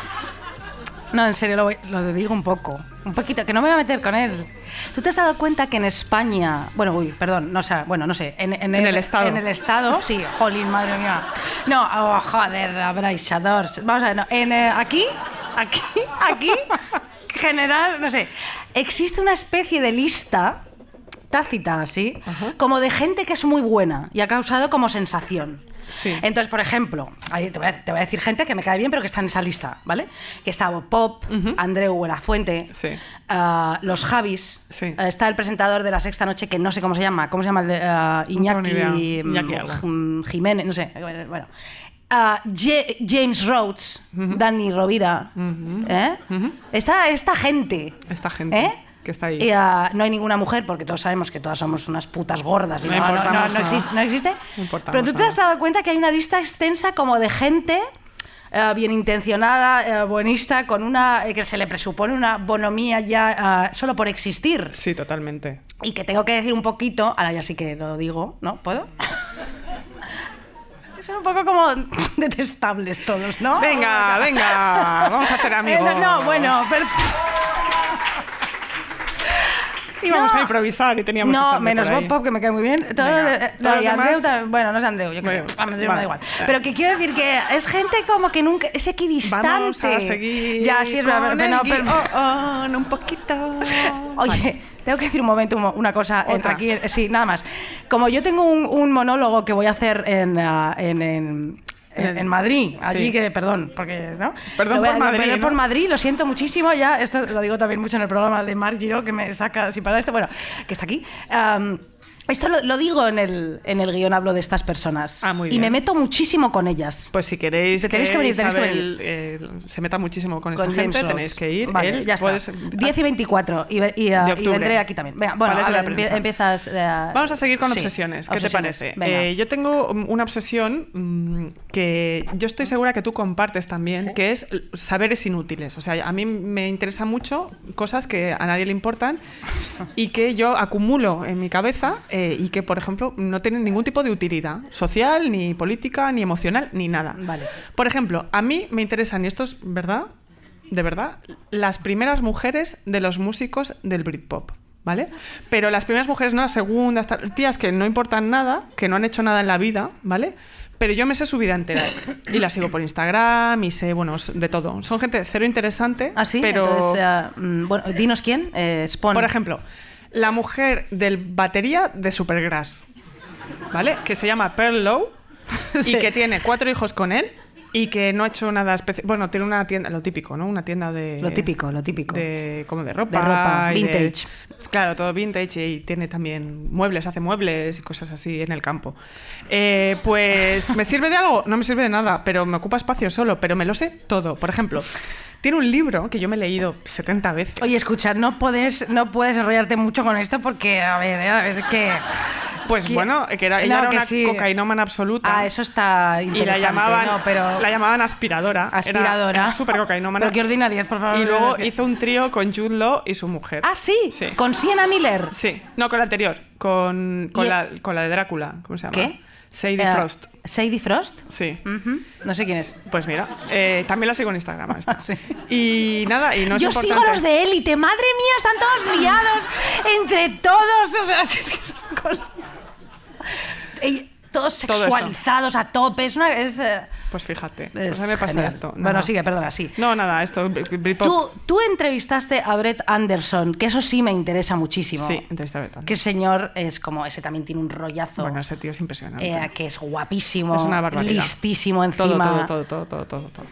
Speaker 3: No, en serio, lo, voy- lo digo un poco. Un poquito, que no me voy a meter con él. ¿Tú te has dado cuenta que en España. Bueno, uy, perdón, no, o sea, bueno, no sé. En,
Speaker 4: En el Estado.
Speaker 3: En el Estado, sí, jolín, madre mía. No, oh, joder, abraisadores. Vamos a ver, no. En, eh, aquí, aquí, aquí, general, no sé. Existe una especie de lista tácita, así, como de gente que es muy buena y ha causado como sensación.
Speaker 4: Sí.
Speaker 3: Entonces, por ejemplo, ahí te, voy a, te voy a decir gente que me cae bien, pero que está en esa lista, ¿vale? Que está Bob Pop, Andreu Buenafuente,
Speaker 4: Sí.
Speaker 3: ah, los Javis,
Speaker 4: Sí.
Speaker 3: ah, está el presentador de la sexta noche, que no sé cómo se llama, ¿cómo se llama el de, ah,
Speaker 4: tengo ni
Speaker 3: Iñaki,
Speaker 4: idea. Iñaki
Speaker 3: mm,
Speaker 4: algo.
Speaker 3: Jim- Jiménez, no sé, bueno. Ah, Ye- James Rhodes, Danny Rovira, ¿eh? está esta gente.
Speaker 4: Esta gente
Speaker 3: ¿Eh?
Speaker 4: que está ahí.
Speaker 3: Y, ah, no hay ninguna mujer, porque todos sabemos que todas somos unas putas gordas. Y
Speaker 4: No
Speaker 3: no, no, no,
Speaker 4: importamos
Speaker 3: no exis-
Speaker 4: nada.
Speaker 3: no existe.
Speaker 4: No importamos
Speaker 3: Pero tú te
Speaker 4: nada.
Speaker 3: has dado cuenta que hay una lista extensa como de gente eh, bien intencionada, eh, buenista, con una eh, que se le presupone una bonomía ya ah, solo por existir.
Speaker 4: Sí, totalmente.
Speaker 3: Y que tengo que decir un poquito, ahora ya sí que lo digo, ¿no? ¿Puedo? Son un poco como detestables todos, ¿no?
Speaker 4: Venga, venga, vamos a hacer
Speaker 3: Oh Eh,
Speaker 4: amigos.
Speaker 3: no, no, bueno, pero...
Speaker 4: Íbamos
Speaker 3: no.
Speaker 4: a improvisar y teníamos que
Speaker 3: No,
Speaker 4: estar
Speaker 3: menos
Speaker 4: por
Speaker 3: Bob
Speaker 4: ahí.
Speaker 3: Pop, que me cae muy bien. Todo-
Speaker 4: Venga.
Speaker 3: eh,
Speaker 4: ¿Todos
Speaker 3: no, y
Speaker 4: los
Speaker 3: Andreu
Speaker 4: demás?
Speaker 3: también- Bueno, no es Andreu, yo qué sé.
Speaker 4: Bueno,
Speaker 3: Ah, Andreu me da
Speaker 4: vale.
Speaker 3: igual. Pero que quiero decir que es gente como que nunca. Es equidistante.
Speaker 4: Vamos a seguir.
Speaker 3: Ya, sí, es verdad.
Speaker 4: con
Speaker 3: pero-
Speaker 4: el
Speaker 3: no, pero-
Speaker 4: guión un poquito.
Speaker 3: Oye, tengo que decir un momento un mo- una cosa eh,
Speaker 4: Otra.
Speaker 3: aquí, eh, sí, nada más. Como yo tengo un, un monólogo que voy a hacer en, ah, en, en- en-
Speaker 4: En-
Speaker 3: en Madrid, allí
Speaker 4: sí.
Speaker 3: que, perdón, porque, ¿no?
Speaker 4: Perdón
Speaker 3: Lo voy a-
Speaker 4: por Madrid,
Speaker 3: Perdón
Speaker 4: ¿no?
Speaker 3: por Madrid, lo siento muchísimo, ya, esto lo digo también mucho en el programa de Marc Giro, que me saca sin parar esto, bueno, que está aquí. Am, Esto lo, lo digo en el, en el guión, hablo de estas personas.
Speaker 4: Ah, muy
Speaker 3: Y
Speaker 4: bien.
Speaker 3: me meto muchísimo con ellas.
Speaker 4: Pues si queréis
Speaker 3: Te tenéis que venir, tenéis que
Speaker 4: Isabel, eh, se meta muchísimo con esa
Speaker 3: con
Speaker 4: gente,
Speaker 3: James Rhodes.
Speaker 4: tenéis que ir.
Speaker 3: Vale,
Speaker 4: Él,
Speaker 3: ya está.
Speaker 4: puedes-
Speaker 3: 10 y 24. Y, ve- y, ah, y
Speaker 4: octubre.
Speaker 3: vendré aquí también. Venga, bueno,
Speaker 4: Parece
Speaker 3: a
Speaker 4: la
Speaker 3: ver, empie-
Speaker 4: prensa.
Speaker 3: empiezas. eh,
Speaker 4: Vamos a seguir con
Speaker 3: sí,
Speaker 4: obsesiones. ¿Qué
Speaker 3: obsesiones.
Speaker 4: te
Speaker 3: Venga.
Speaker 4: parece? Eh, yo tengo mm, una obsesión mm, que yo estoy segura que tú compartes también, que es l- saberes inútiles. O sea, a mí me interesan mucho cosas que a nadie le importan y que yo acumulo en mi cabeza eh, y que, por ejemplo, no tienen ningún tipo de utilidad social, ni política, ni emocional, ni nada.
Speaker 3: Vale.
Speaker 4: Por ejemplo, a mí me interesan, y esto es verdad, de verdad, las primeras mujeres de los músicos del Britpop. ¿Vale? Pero las primeras mujeres, no las segundas, tal, tías que no importan nada, que no han hecho nada en la vida, ¿vale? Pero yo me sé su vida entera. Y las sigo por Instagram y sé, bueno, de todo. Son gente cero interesante,
Speaker 3: Ah, sí,
Speaker 4: pero...
Speaker 3: entonces, ah, mm, bueno, dinos quién. Eh, Spawn.
Speaker 4: Por ejemplo, la mujer del batería de Supergrass, ¿vale? Que se llama Pearl Low
Speaker 3: Sí.
Speaker 4: y que tiene cuatro hijos con él y que no ha hecho nada especial. Bueno, tiene una tienda, lo típico, ¿no? Una tienda de.
Speaker 3: Lo típico, lo típico.
Speaker 4: De, como de ropa.
Speaker 3: De ropa,
Speaker 4: y de-
Speaker 3: vintage.
Speaker 4: claro, todo vintage y tiene también muebles, hace muebles y cosas así en el campo. Eh, pues, ¿me sirve de algo? No me sirve de nada, pero me ocupa espacio solo, pero me lo sé todo. Por ejemplo, tiene un libro que yo me he leído 70 veces.
Speaker 3: Oye, escucha, no puedes, no puedes enrollarte mucho con esto porque, a ver, eh, a ver qué.
Speaker 4: Pues
Speaker 3: ¿Quién?
Speaker 4: bueno, que era, ella
Speaker 3: No,
Speaker 4: era
Speaker 3: que
Speaker 4: una
Speaker 3: sí.
Speaker 4: cocainómana absoluta.
Speaker 3: Ah, eso está
Speaker 4: y
Speaker 3: interesante.
Speaker 4: la llamaban,
Speaker 3: no, pero
Speaker 4: la llamaban aspiradora. Era-
Speaker 3: aspiradora.
Speaker 4: Era súper cocainómana.
Speaker 3: Pero qué ordinariedad, por favor.
Speaker 4: Y luego hizo un trío con Jude Law y su mujer.
Speaker 3: Ah, sí,
Speaker 4: Sí.
Speaker 3: con Sienna Miller.
Speaker 4: Sí. No, con la anterior. Con, con
Speaker 3: Y-
Speaker 4: la, con la de Drácula. ¿Cómo se llama?
Speaker 3: ¿Qué?
Speaker 4: Sadie
Speaker 3: Eh,
Speaker 4: Frost.
Speaker 3: Sadie Frost.
Speaker 4: Sí.
Speaker 3: Ujú, No sé quién es.
Speaker 4: Pues mira, eh, también la sigo en Instagram. a esta.
Speaker 3: Sí.
Speaker 4: Y nada, y no es
Speaker 3: Yo
Speaker 4: importante.
Speaker 3: sigo los de élite, madre mía, están todos liados entre todos. O sea, es que una cosa- Ey, todos
Speaker 4: Todo eso.
Speaker 3: sexualizados a tope. Es una. es, eh,
Speaker 4: Pues fíjate.
Speaker 3: es
Speaker 4: pues a mí me pasa
Speaker 3: genial.
Speaker 4: esto.
Speaker 3: Bueno,
Speaker 4: Nada.
Speaker 3: sigue, perdona, sí.
Speaker 4: No, nada, esto. Britpop.
Speaker 3: Tú, tú entrevistaste a Brett Anderson, que eso sí me interesa muchísimo.
Speaker 4: Sí, entrevista a Betán.
Speaker 3: Que ese señor es como, ese también tiene un rollazo,
Speaker 4: Bueno, ese tío es impresionante.
Speaker 3: eh, que es guapísimo,
Speaker 4: Es una barbaridad.
Speaker 3: listísimo encima.
Speaker 4: Todo, todo, todo, todo, todo, todo, todo.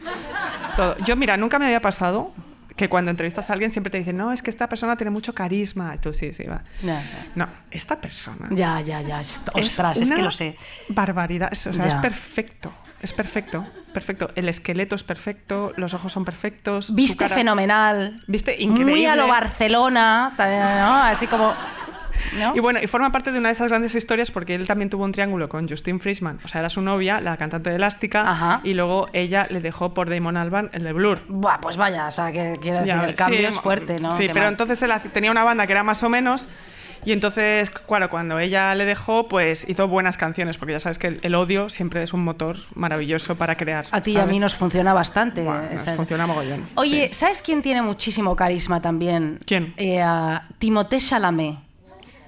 Speaker 4: Todo. Yo, mira, nunca me había pasado que cuando entrevistas a alguien siempre te dicen, no, es que esta persona tiene mucho carisma. Y tú, sí, sí, va.
Speaker 3: Ya,
Speaker 4: No, esta persona.
Speaker 3: Ya, ya, ya. es- Ostras, es,
Speaker 4: una
Speaker 3: que lo sé.
Speaker 4: Barbaridad. Es, o sea,
Speaker 3: Ya.
Speaker 4: es perfecto. Es perfecto. Perfecto. El esqueleto es perfecto, los ojos son perfectos. su
Speaker 3: Viste
Speaker 4: cara-
Speaker 3: fenomenal.
Speaker 4: Viste increíble.
Speaker 3: Muy a lo Barcelona, también, ¿no? Así como. ¿no?
Speaker 4: Y bueno, y forma parte de una de esas grandes historias porque él también tuvo un triángulo con Justin Frischman. O sea, era su novia, la cantante de Elástica,
Speaker 3: Ajá.
Speaker 4: y luego ella le dejó por Damon Alban el de Blur.
Speaker 3: Buah, pues vaya, o sea, que quiero decir,
Speaker 4: Ya,
Speaker 3: el cambio
Speaker 4: sí,
Speaker 3: es fuerte, ¿no?
Speaker 4: Sí,
Speaker 3: Qué
Speaker 4: pero
Speaker 3: mal.
Speaker 4: entonces él hace- tenía una banda que era más o menos. Y entonces, claro, cuando ella le dejó, pues hizo buenas canciones, porque ya sabes que el, el odio siempre es un motor maravilloso para crear.
Speaker 3: A ti y a
Speaker 4: ¿sabes?
Speaker 3: mí nos funciona bastante.
Speaker 4: Buah, nos
Speaker 3: esas-
Speaker 4: funciona mogollón.
Speaker 3: Oye,
Speaker 4: sí.
Speaker 3: ¿sabes quién tiene muchísimo carisma también?
Speaker 4: ¿Quién?
Speaker 3: Eh, a Timothée Chalamet.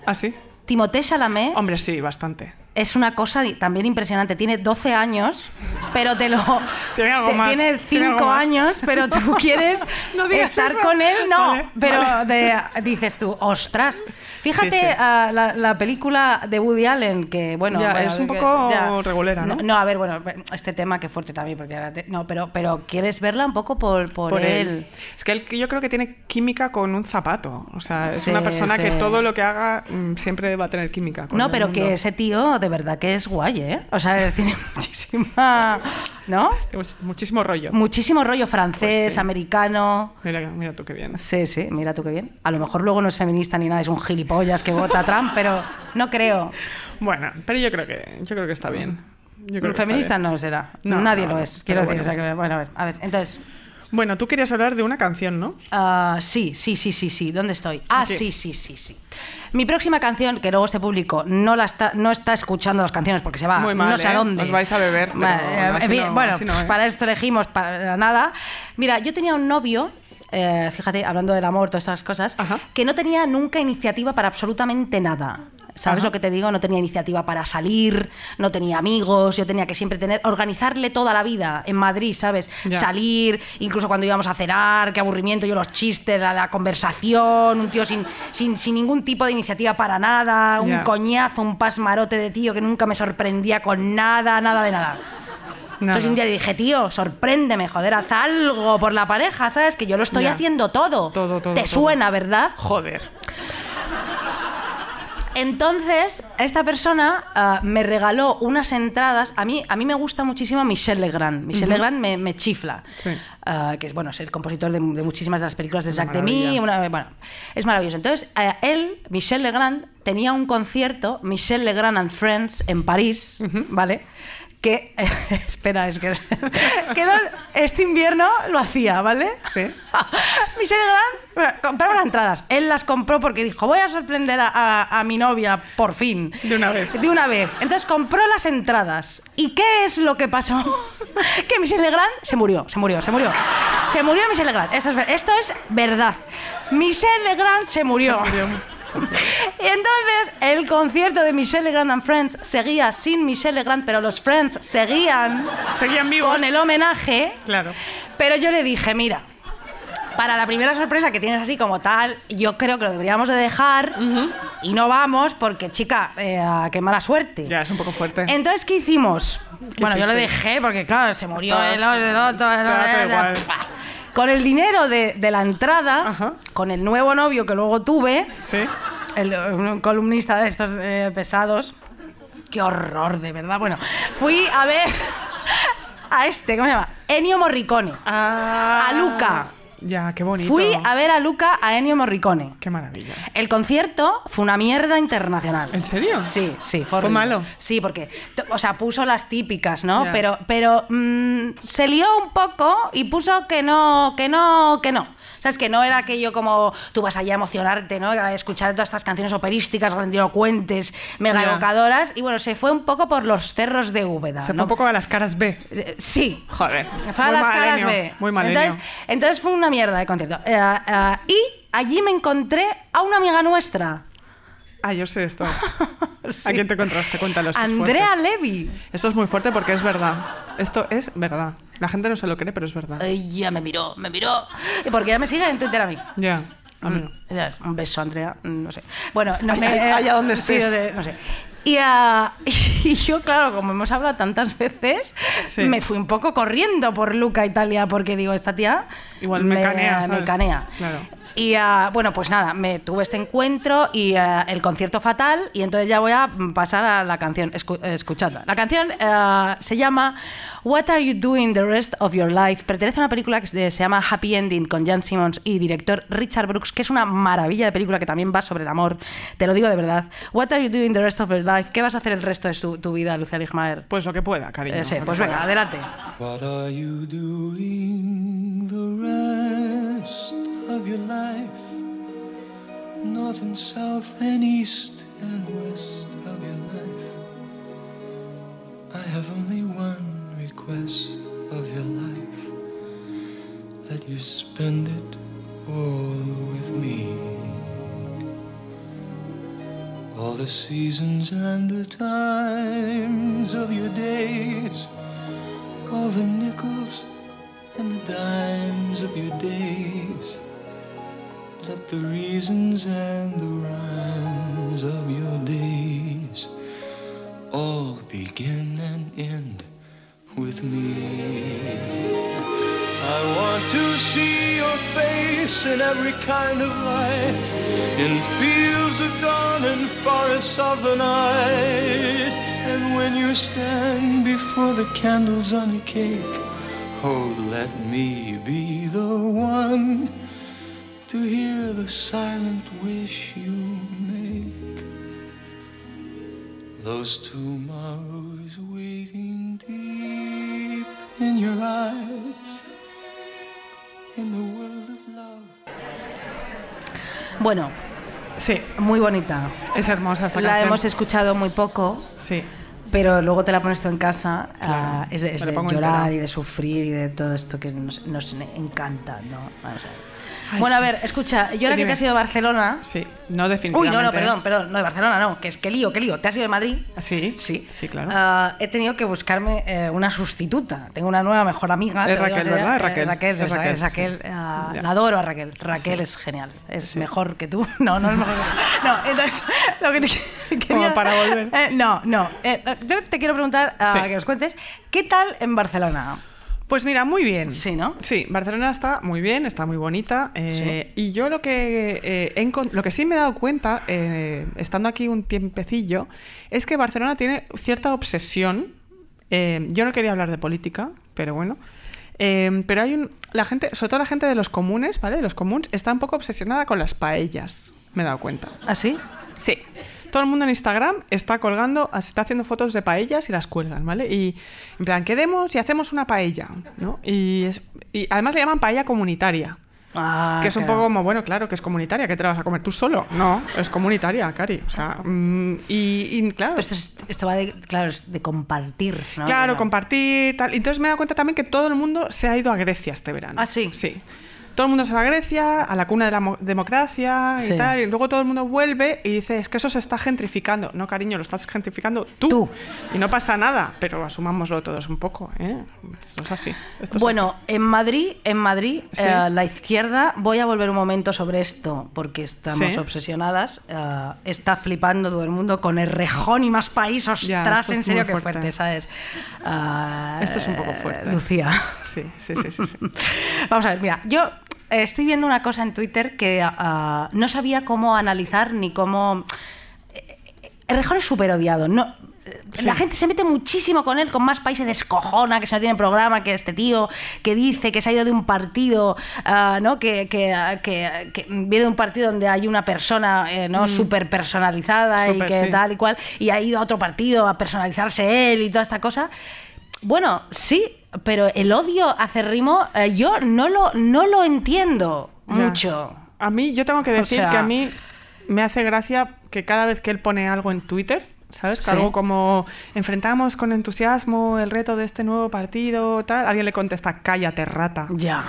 Speaker 4: ¿Ah, sí?
Speaker 3: Timothée Chalamet
Speaker 4: Hombre, sí, bastante.
Speaker 3: es una cosa di- también impresionante. Tiene 12 años, pero te lo.
Speaker 4: Tiene algo
Speaker 3: te-
Speaker 4: más,
Speaker 3: Tiene 5
Speaker 4: tiene algo más.
Speaker 3: años, pero tú quieres
Speaker 4: No digas
Speaker 3: estar
Speaker 4: eso.
Speaker 3: con él, no.
Speaker 4: Vale,
Speaker 3: pero
Speaker 4: vale.
Speaker 3: de- dices tú, ostras. Fíjate
Speaker 4: Sí, sí.
Speaker 3: ah, la, la película de Woody Allen, que bueno.
Speaker 4: Ya,
Speaker 3: bueno,
Speaker 4: es un
Speaker 3: que-
Speaker 4: poco regulera, ¿no?
Speaker 3: ¿no? a ver, bueno, este tema que fuerte también, porque ahora te- No, pero, pero quieres verla un poco por, por,
Speaker 4: Por
Speaker 3: él.
Speaker 4: él. Es que él, yo creo que tiene química con un zapato. O sea, es
Speaker 3: Sí,
Speaker 4: una persona
Speaker 3: sí.
Speaker 4: que todo lo que haga mm, siempre va a tener química. Con
Speaker 3: No,
Speaker 4: el
Speaker 3: pero que
Speaker 4: mundo.
Speaker 3: ese tío de verdad que es guay, ¿eh? O sea, es- tiene muchísima. ¿No?
Speaker 4: Tiene much- Pues, Muchísimo rollo.
Speaker 3: Muchísimo rollo francés,
Speaker 4: Pues sí.
Speaker 3: americano.
Speaker 4: Mira, mira tú qué bien.
Speaker 3: Sí, sí, mira tú qué bien. A lo mejor luego no es feminista ni nada, es un gilipollas que vota a Trump, pero no creo.
Speaker 4: Bueno, pero yo creo que, yo creo que está bien. Yo creo que está
Speaker 3: feminista
Speaker 4: bien.
Speaker 3: no será.
Speaker 4: No,
Speaker 3: Nadie
Speaker 4: no,
Speaker 3: lo
Speaker 4: no,
Speaker 3: es, quiero
Speaker 4: pero
Speaker 3: decir. o sea que, bueno, a ver, a ver. Entonces,
Speaker 4: Bueno, tú querías hablar de una canción, ¿no?
Speaker 3: ah, sí, sí, sí, sí, sí. ¿Dónde estoy? Ah,
Speaker 4: Aquí.
Speaker 3: sí, sí, sí, sí. Mi próxima canción, que luego se publicó, no la está, no está escuchando las canciones porque se va
Speaker 4: Muy mal,
Speaker 3: no sé a
Speaker 4: ¿eh?
Speaker 3: dónde.
Speaker 4: Os vais a beber, pero
Speaker 3: eh,
Speaker 4: así
Speaker 3: en fin,
Speaker 4: no-
Speaker 3: bueno,
Speaker 4: así no,
Speaker 3: pf,
Speaker 4: ¿eh?
Speaker 3: para esto elegimos para nada. Mira, yo tenía un novio, eh, fíjate, hablando del amor, todas estas cosas,
Speaker 4: Ajá.
Speaker 3: que no tenía nunca iniciativa para absolutamente nada. ¿Sabes
Speaker 4: Ajá.
Speaker 3: lo que te digo? No tenía iniciativa para salir, no tenía amigos, yo tenía que siempre tener, organizarle toda la vida en Madrid, ¿sabes?
Speaker 4: Ya.
Speaker 3: Salir, incluso cuando íbamos a cenar, qué aburrimiento, yo los chistes, la, la conversación, un tío sin, sin, sin ningún tipo de iniciativa para nada, un
Speaker 4: Ya.
Speaker 3: coñazo, un pasmarote de tío que nunca me sorprendía con nada, nada de nada. Entonces un día le dije, tío, sorpréndeme, joder, haz algo por la pareja, ¿sabes? Que yo lo estoy
Speaker 4: Ya.
Speaker 3: haciendo todo.
Speaker 4: Todo, todo,
Speaker 3: Te
Speaker 4: todo.
Speaker 3: suena, ¿verdad?
Speaker 4: Joder.
Speaker 3: Entonces, esta persona ah, me regaló unas entradas. A mí, a mí me gusta muchísimo Michel Legrand. Michel Legrand me, me chifla.
Speaker 4: Sí.
Speaker 3: Ah, que es, bueno, es el compositor de, de muchísimas de las películas de
Speaker 4: Una
Speaker 3: Jacques Demy.
Speaker 4: maravilla.
Speaker 3: una- bueno, es maravilloso. Entonces, eh, él, Michel Legrand, tenía un concierto, Michel Legrand and Friends, en París, ¿vale? Que, espera, es que, que no- este invierno lo hacía, ¿vale?
Speaker 4: Sí.
Speaker 3: Michelle Legrand bueno, compraba las entradas. Él las compró porque dijo, voy a sorprender a, a- a mi novia, por fin.
Speaker 4: De una vez.
Speaker 3: De una vez. Entonces compró las entradas. ¿Y qué es lo que pasó? que Michelle Legrand se murió, se murió, se murió. Se murió Michelle Legrand. Esto es, ver- esto es verdad. Michelle Legrand se murió. Y entonces el concierto de Michelle Legrand and Friends seguía sin Michelle Legrand, pero los Friends seguían
Speaker 4: Seguían vivos.
Speaker 3: con el homenaje.
Speaker 4: Claro.
Speaker 3: Pero yo le dije, mira, para la primera sorpresa que tienes así como tal, yo creo que lo deberíamos de dejar y no vamos porque, chica, eh, qué mala suerte.
Speaker 4: Ya, es un poco fuerte.
Speaker 3: Entonces, ¿qué hicimos? bueno, yo lo
Speaker 4: hicisteis?
Speaker 3: dejé porque, claro, se murió
Speaker 4: Estabas-
Speaker 3: el otro, el otro, el
Speaker 4: Estaba todo
Speaker 3: otro,
Speaker 4: igual.
Speaker 3: Con el dinero de, de la entrada,
Speaker 4: Ajá.
Speaker 3: con el nuevo novio que luego tuve,
Speaker 4: Sí.
Speaker 3: el, un columnista de estos eh, pesados. Qué horror, de verdad. Bueno, fui a ver a este, ¿cómo se llama? Ennio Morricone.
Speaker 4: Ah,
Speaker 3: A Luca.
Speaker 4: Ya, qué bonito.
Speaker 3: Fui a ver a Luca a Ennio Morricone.
Speaker 4: Qué maravilla.
Speaker 3: El concierto fue una mierda internacional.
Speaker 4: ¿En serio?
Speaker 3: Sí, sí, fue,
Speaker 4: ¿Fue
Speaker 3: horrible.
Speaker 4: malo?
Speaker 3: Sí, porque, t- o sea, puso las típicas, ¿no?
Speaker 4: Ya.
Speaker 3: Pero, pero mm, se lió un poco y puso que no, que no, que no. O sea, es que no era aquello como tú vas allá a emocionarte, ¿no? A escuchar todas estas canciones operísticas, grandilocuentes, mega
Speaker 4: Ya.
Speaker 3: evocadoras. Y bueno, se fue un poco por los cerros de Úbeda.
Speaker 4: Se fue
Speaker 3: Ah, ¿no?
Speaker 4: un poco a las caras B.
Speaker 3: Eh, Sí,
Speaker 4: Joder.
Speaker 3: me fue a
Speaker 4: Muy
Speaker 3: las
Speaker 4: mal
Speaker 3: caras
Speaker 4: genio,
Speaker 3: B.
Speaker 4: Muy mal
Speaker 3: entonces,
Speaker 4: genio.
Speaker 3: entonces fue una mierda de concierto. Eh, eh, y allí me encontré a una amiga nuestra.
Speaker 4: Ah, yo sé esto. ¿A
Speaker 3: Sí.
Speaker 4: quién te encontraste? Cuéntalos. que es
Speaker 3: Andrea
Speaker 4: fuerte.
Speaker 3: Levy.
Speaker 4: Esto es muy fuerte porque es verdad. Esto es verdad. La gente no se lo cree, pero es verdad.
Speaker 3: Ella me miró, me miró. Porque ella me sigue en Twitter a mí.
Speaker 4: Ya.
Speaker 3: mm.
Speaker 4: amigo.
Speaker 3: Ya, Un beso, Andrea. No sé. Bueno, no
Speaker 4: Ay,
Speaker 3: me.
Speaker 4: ay, allá donde
Speaker 3: sí,
Speaker 4: estés.
Speaker 3: donde- no sé. Y, ah, y yo, claro, como hemos hablado tantas veces,
Speaker 4: Sí.
Speaker 3: me fui un poco corriendo por Luca Italia porque digo, esta tía.
Speaker 4: Igual me canea,
Speaker 3: Me
Speaker 4: ¿sabes?
Speaker 3: canea.
Speaker 4: Claro.
Speaker 3: Y ah, bueno, pues nada, me tuve este encuentro y ah, el concierto fatal, y entonces ya voy a pasar a la canción, escu- eh, escuchadla. La canción ah, se llama What Are You Doing the Rest of Your Life? Pertenece a una película que se se llama Happy Ending con Jan Simmons y director Richard Brooks, que es una maravilla de película que también va sobre el amor, te lo digo de verdad. What Are You Doing the Rest of Your Life? ¿Qué vas a hacer el resto de su- tu vida, Lucía Ligmaer?
Speaker 4: Pues lo que pueda, cariño.
Speaker 3: Eh, sí,
Speaker 4: lo que
Speaker 3: pues
Speaker 4: pueda.
Speaker 3: venga, adelante.
Speaker 6: What are you doing the rest of your life? North and south and east and west of your life. I have only one request of your life that you spend it all with me. All the seasons and the times of your days all the nickels and the dimes of your days. Let the reasons and the rhymes of your days all begin and end with me. I want to see your face in every kind of light, in fields of dawn and forests of the night. And when you stand before the candles on a cake, oh, let me be the one to hear the silent wish you make. Those tomorrows waiting deep in your eyes in the world of love.
Speaker 3: Bueno,
Speaker 4: Sí,
Speaker 3: muy bonita.
Speaker 4: es hermosa esta
Speaker 3: La
Speaker 4: canción.
Speaker 3: hemos escuchado muy poco.
Speaker 4: Sí.
Speaker 3: Pero luego te la pones tú en casa,
Speaker 4: Claro,
Speaker 3: ah, es de,
Speaker 4: me
Speaker 3: es
Speaker 4: la
Speaker 3: de
Speaker 4: pongo
Speaker 3: llorar
Speaker 4: entera.
Speaker 3: y de sufrir y de todo esto que nos, nos encanta, ¿no? O sea,
Speaker 4: Ay,
Speaker 3: bueno,
Speaker 4: sí.
Speaker 3: a ver, escucha, yo ahora que
Speaker 4: Dime.
Speaker 3: te has ido a Barcelona...
Speaker 4: Sí. No
Speaker 3: Uy,
Speaker 4: definitivamente.
Speaker 3: no, no, perdón, perdón, no de Barcelona, no, que es que lío, que lío. ¿Te has ido de Madrid?
Speaker 4: Sí.
Speaker 3: Sí,
Speaker 4: Sí, claro.
Speaker 3: Ah, he tenido que buscarme eh, una sustituta. Tengo una nueva mejor amiga.
Speaker 4: Es
Speaker 3: te lo digo en
Speaker 4: Raquel,
Speaker 3: serio.
Speaker 4: ¿verdad? Es
Speaker 3: Eh,
Speaker 4: Raquel,
Speaker 3: Raquel,
Speaker 4: es
Speaker 3: es
Speaker 4: Raquel,
Speaker 3: Raquel. Raquel,
Speaker 4: sí.
Speaker 3: ah,
Speaker 4: Ya.
Speaker 3: la adoro a Raquel. Raquel es genial. Es mejor que tú. No, no es mejor que tú. No, entonces, lo que te que- quería...
Speaker 4: para volver.
Speaker 3: Eh, no, no. Eh, te, te quiero preguntar, ah,
Speaker 4: Sí.
Speaker 3: que nos cuentes, ¿qué tal en Barcelona?
Speaker 4: Pues mira, muy bien.
Speaker 3: Sí, ¿no?
Speaker 4: Sí, Barcelona está muy bien, está muy bonita. eh, Y yo lo que, eh, he encon- lo que sí me he dado cuenta, eh, estando aquí un tiempecillo, es que Barcelona tiene cierta obsesión. eh, yo no quería hablar de política, pero bueno. eh, pero hay un. La gente, sobre todo la gente de los comunes, ¿vale? De los comunes, está un poco obsesionada con las paellas, me he dado cuenta.
Speaker 3: ¿Así?
Speaker 4: Sí. Todo el mundo en Instagram está colgando, está haciendo fotos de paellas y las cuelgan, ¿vale? Y en plan, quedemos y hacemos una paella, ¿no? Y, es- y además le llaman paella comunitaria,
Speaker 3: Ah,
Speaker 4: que es un
Speaker 3: claro.
Speaker 4: poco como, bueno, claro, que es comunitaria, que te la vas a comer tú solo. No, es comunitaria, Cari. O sea, mm, y, y claro.
Speaker 3: Pero esto, es- esto va de, claro, es de compartir. ¿no?
Speaker 4: Claro,
Speaker 3: Bueno.
Speaker 4: compartir, tal. Entonces me he dado cuenta también que todo el mundo se ha ido a Grecia este verano.
Speaker 3: Ah, ¿sí?
Speaker 4: Sí. Todo el mundo se va a Grecia, a la cuna de la mo- democracia
Speaker 3: Sí.
Speaker 4: y tal, y luego todo el mundo vuelve y dice, es que eso se está gentrificando. No, cariño, lo estás gentrificando tú.
Speaker 3: Tú.
Speaker 4: Y no pasa nada, pero asumámoslo todos un poco, ¿eh? Esto es así. esto es
Speaker 3: Bueno,
Speaker 4: así.
Speaker 3: en Madrid, en Madrid,
Speaker 4: Sí.
Speaker 3: eh, la izquierda, voy a volver un momento sobre esto, porque estamos
Speaker 4: Sí.
Speaker 3: obsesionadas. eh, está flipando todo el mundo con Errejón y más país, ostras,
Speaker 4: Ya, esto
Speaker 3: en
Speaker 4: es
Speaker 3: serio
Speaker 4: muy
Speaker 3: que
Speaker 4: fuerte.
Speaker 3: fuerte, ¿sabes? Ah,
Speaker 4: Esto es un poco fuerte.
Speaker 3: Lucía.
Speaker 4: Sí, sí, sí, sí. sí.
Speaker 3: Vamos a ver, mira, yo eh, estoy viendo una cosa en Twitter que ah, no sabía cómo analizar ni cómo. Errejón es súper odiado. No, La gente se mete muchísimo con él, con más países descojona, que se no tiene programa, que este tío que dice que se ha ido de un partido, ah, ¿no? que, que- que- que viene de un partido donde hay una persona eh, ¿no? súper personalizada y
Speaker 4: Mm. Súper,
Speaker 3: que
Speaker 4: sí.
Speaker 3: tal y cual, y ha ido a otro partido a personalizarse él y toda esta cosa. Bueno, sí, pero el odio acérrimo eh, yo no lo, no lo entiendo
Speaker 4: Ya.
Speaker 3: mucho.
Speaker 4: A mí, yo tengo que
Speaker 3: O
Speaker 4: decir
Speaker 3: sea-
Speaker 4: que a mí me hace gracia que cada vez que él pone algo en Twitter, ¿sabes? Que
Speaker 3: Sí.
Speaker 4: algo como enfrentamos con entusiasmo el reto de este nuevo partido, tal, alguien le contesta, cállate rata.
Speaker 3: Ya.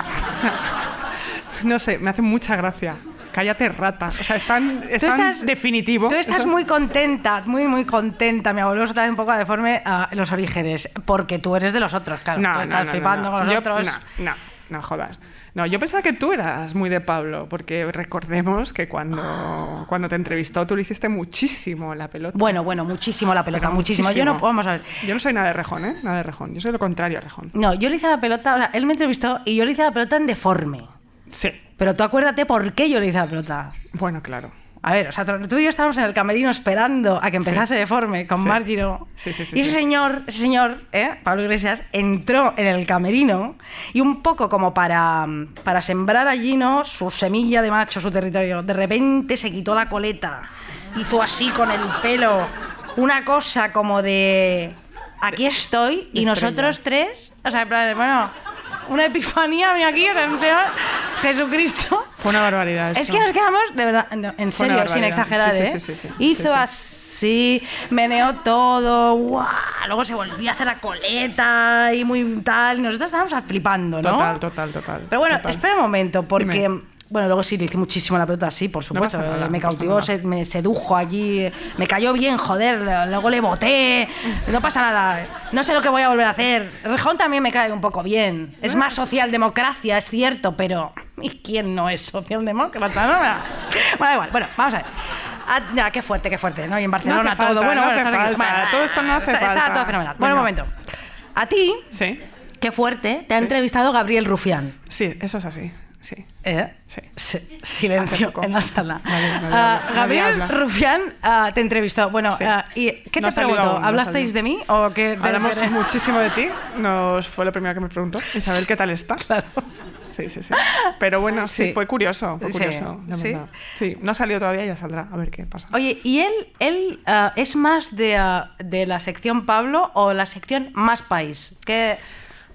Speaker 4: No sé, me hace mucha gracia. Cállate rata. O sea, es tan, es
Speaker 3: Tú
Speaker 4: tan
Speaker 3: estás-
Speaker 4: definitivo.
Speaker 3: Tú estás
Speaker 4: eso.
Speaker 3: muy contenta, muy, muy contenta. Me volvemos otra vez un poco a deforme a los orígenes, porque tú eres de los otros, claro.
Speaker 4: No,
Speaker 3: tú
Speaker 4: no,
Speaker 3: estás
Speaker 4: no, no,
Speaker 3: flipando
Speaker 4: no.
Speaker 3: con los
Speaker 4: Yo-
Speaker 3: otros.
Speaker 4: No, no, no jodas. No, yo pensaba que tú eras muy de Pablo, porque recordemos que cuando, cuando te entrevistó tú le hiciste muchísimo la pelota.
Speaker 3: Bueno, bueno, muchísimo la pelota,
Speaker 4: Pero
Speaker 3: muchísimo. Yo no, vamos a ver.
Speaker 4: Yo no soy nada de rejón, ¿eh? Nada de rejón. Yo soy lo contrario a rejón.
Speaker 3: No, yo le hice la pelota, o sea, él me entrevistó y yo le hice la pelota en deforme.
Speaker 4: Sí.
Speaker 3: Pero tú acuérdate por qué yo le hice la pelota.
Speaker 4: Bueno, claro.
Speaker 3: A ver, o sea, tú y yo estábamos en el camerino esperando a que empezase deforme con
Speaker 4: Sí.
Speaker 3: Margiro.
Speaker 4: Sí, sí, sí,
Speaker 3: Y ese
Speaker 4: sí.
Speaker 3: señor, ese señor, ¿eh? Pablo Iglesias, entró en el camerino y un poco como para, para sembrar allí, ¿no? Su semilla de macho, su territorio. De repente se quitó la coleta, hizo así con el pelo, una cosa como de. Aquí estoy y
Speaker 4: de
Speaker 3: nosotros tres, o sea, en plan de, bueno, una epifanía, mira aquí, o sea, un señor, Jesucristo.
Speaker 4: Fue una barbaridad.
Speaker 3: Es
Speaker 4: eso.
Speaker 3: que nos quedamos, de verdad, no, en
Speaker 4: Fue
Speaker 3: serio,
Speaker 4: una
Speaker 3: sin
Speaker 4: barbaridad.
Speaker 3: exagerar,
Speaker 4: Sí, sí,
Speaker 3: ¿eh?
Speaker 4: sí, sí, sí.
Speaker 3: Hizo
Speaker 4: Sí, sí.
Speaker 3: así, meneó todo, ¡guau! Luego se volvió a hacer la coleta y muy tal. y Nosotros estábamos flipando, ¿no?
Speaker 4: Total, total, total.
Speaker 3: Pero bueno,
Speaker 4: total.
Speaker 3: espera un momento, porque.
Speaker 4: Dime.
Speaker 3: Bueno, luego sí le hice muchísimo la pelota, sí, por supuesto.
Speaker 4: pasa nada,
Speaker 3: me
Speaker 4: no pasa
Speaker 3: cautivó,
Speaker 4: nada.
Speaker 3: se- me sedujo allí, me cayó bien, joder, le- luego le boté. No pasa nada, no sé lo que voy a volver a hacer. Rejón también me cae un poco bien. Es más socialdemocracia, es cierto, pero. ¿Y quién no es socialdemócrata? No, Bueno, da igual, bueno, vamos a ver. Ah, ya, qué fuerte, qué fuerte, ¿no? Y en Barcelona
Speaker 4: hace falta,
Speaker 3: todo. Bueno,
Speaker 4: no
Speaker 3: bueno,
Speaker 4: hace
Speaker 3: está tranquilo.
Speaker 4: falta,
Speaker 3: Bueno,
Speaker 4: todo esto no hace
Speaker 3: está, está
Speaker 4: falta.
Speaker 3: todo fenomenal. Bueno, un
Speaker 4: Venga.
Speaker 3: momento. A ti,
Speaker 4: Sí.
Speaker 3: qué fuerte, te ha entrevistado Gabriel Rufián.
Speaker 4: Sí, eso es así. Sí.
Speaker 3: ¿Eh?
Speaker 4: Sí.
Speaker 3: Si- silencio
Speaker 4: Hace poco.
Speaker 3: en la sala.
Speaker 4: Nadie- nadie
Speaker 3: Ah,
Speaker 4: habla.
Speaker 3: Gabriel
Speaker 4: Nadie habla.
Speaker 3: Rufián ah, te entrevistó. Bueno,
Speaker 4: Sí.
Speaker 3: ah, ¿y ¿qué te
Speaker 4: No ha salido
Speaker 3: preguntó?
Speaker 4: aún, no ha
Speaker 3: ¿Hablasteis
Speaker 4: salido.
Speaker 3: de mí o qué? te
Speaker 4: Hablamos
Speaker 3: enteré?
Speaker 4: muchísimo de ti. Nos fue lo primero que me preguntó. Isabel, ¿qué tal está?
Speaker 3: Claro.
Speaker 4: Sí, sí, sí. Pero bueno, sí,
Speaker 3: Sí.
Speaker 4: fue curioso. Fue
Speaker 3: Sí.
Speaker 4: curioso, la
Speaker 3: Sí.
Speaker 4: verdad. Sí, no ha salido todavía, ya saldrá. A ver qué pasa.
Speaker 3: Oye, ¿y él, él ah, es más de, ah, de la sección Pablo o la sección Más País? Que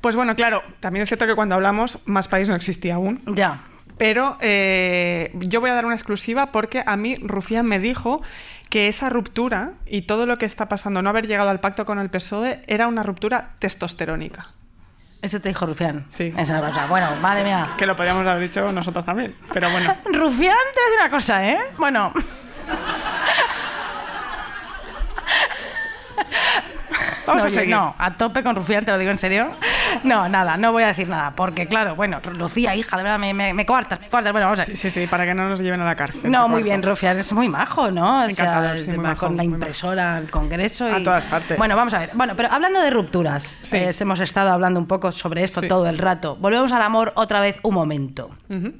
Speaker 4: Pues bueno, claro, también es cierto que cuando hablamos, más país no existía aún.
Speaker 3: ya.
Speaker 4: Pero eh, yo voy a dar una exclusiva porque a mí Rufián me dijo que esa ruptura y todo lo que está pasando, no haber llegado al pacto con el PSOE, E, era una ruptura testosterónica.
Speaker 3: Eso te dijo Rufián.
Speaker 4: Sí.
Speaker 3: Eso me pasa. Bueno, madre mía.
Speaker 4: Que lo podíamos haber dicho nosotros también. Pero bueno,
Speaker 3: Rufián, te voy a decir una cosa, ¿eh? Bueno.
Speaker 4: vamos
Speaker 3: no,
Speaker 4: a
Speaker 3: yo-
Speaker 4: seguir.
Speaker 3: No, a tope con Rufián, te lo digo en serio. No, nada, no voy a decir nada, porque claro, bueno, Lucía, hija, de verdad, me, me, me coartas, me coartas. Bueno, vamos a
Speaker 4: Sí, sí, sí, para que no nos lleven a la cárcel.
Speaker 3: No,
Speaker 4: de
Speaker 3: muy
Speaker 4: acuerdo.
Speaker 3: bien, Rufián, es muy majo, ¿no? O sea,
Speaker 4: Encantador, sí,
Speaker 3: se
Speaker 4: muy
Speaker 3: va
Speaker 4: majo,
Speaker 3: con la
Speaker 4: muy majo.
Speaker 3: impresora al Congreso.
Speaker 4: A
Speaker 3: y-
Speaker 4: todas partes.
Speaker 3: Bueno, vamos a ver. Bueno, pero hablando de rupturas,
Speaker 4: Sí.
Speaker 3: eh, hemos estado hablando un poco sobre esto
Speaker 4: Sí.
Speaker 3: todo el rato. Volvemos al amor otra vez un momento.
Speaker 4: Ujú.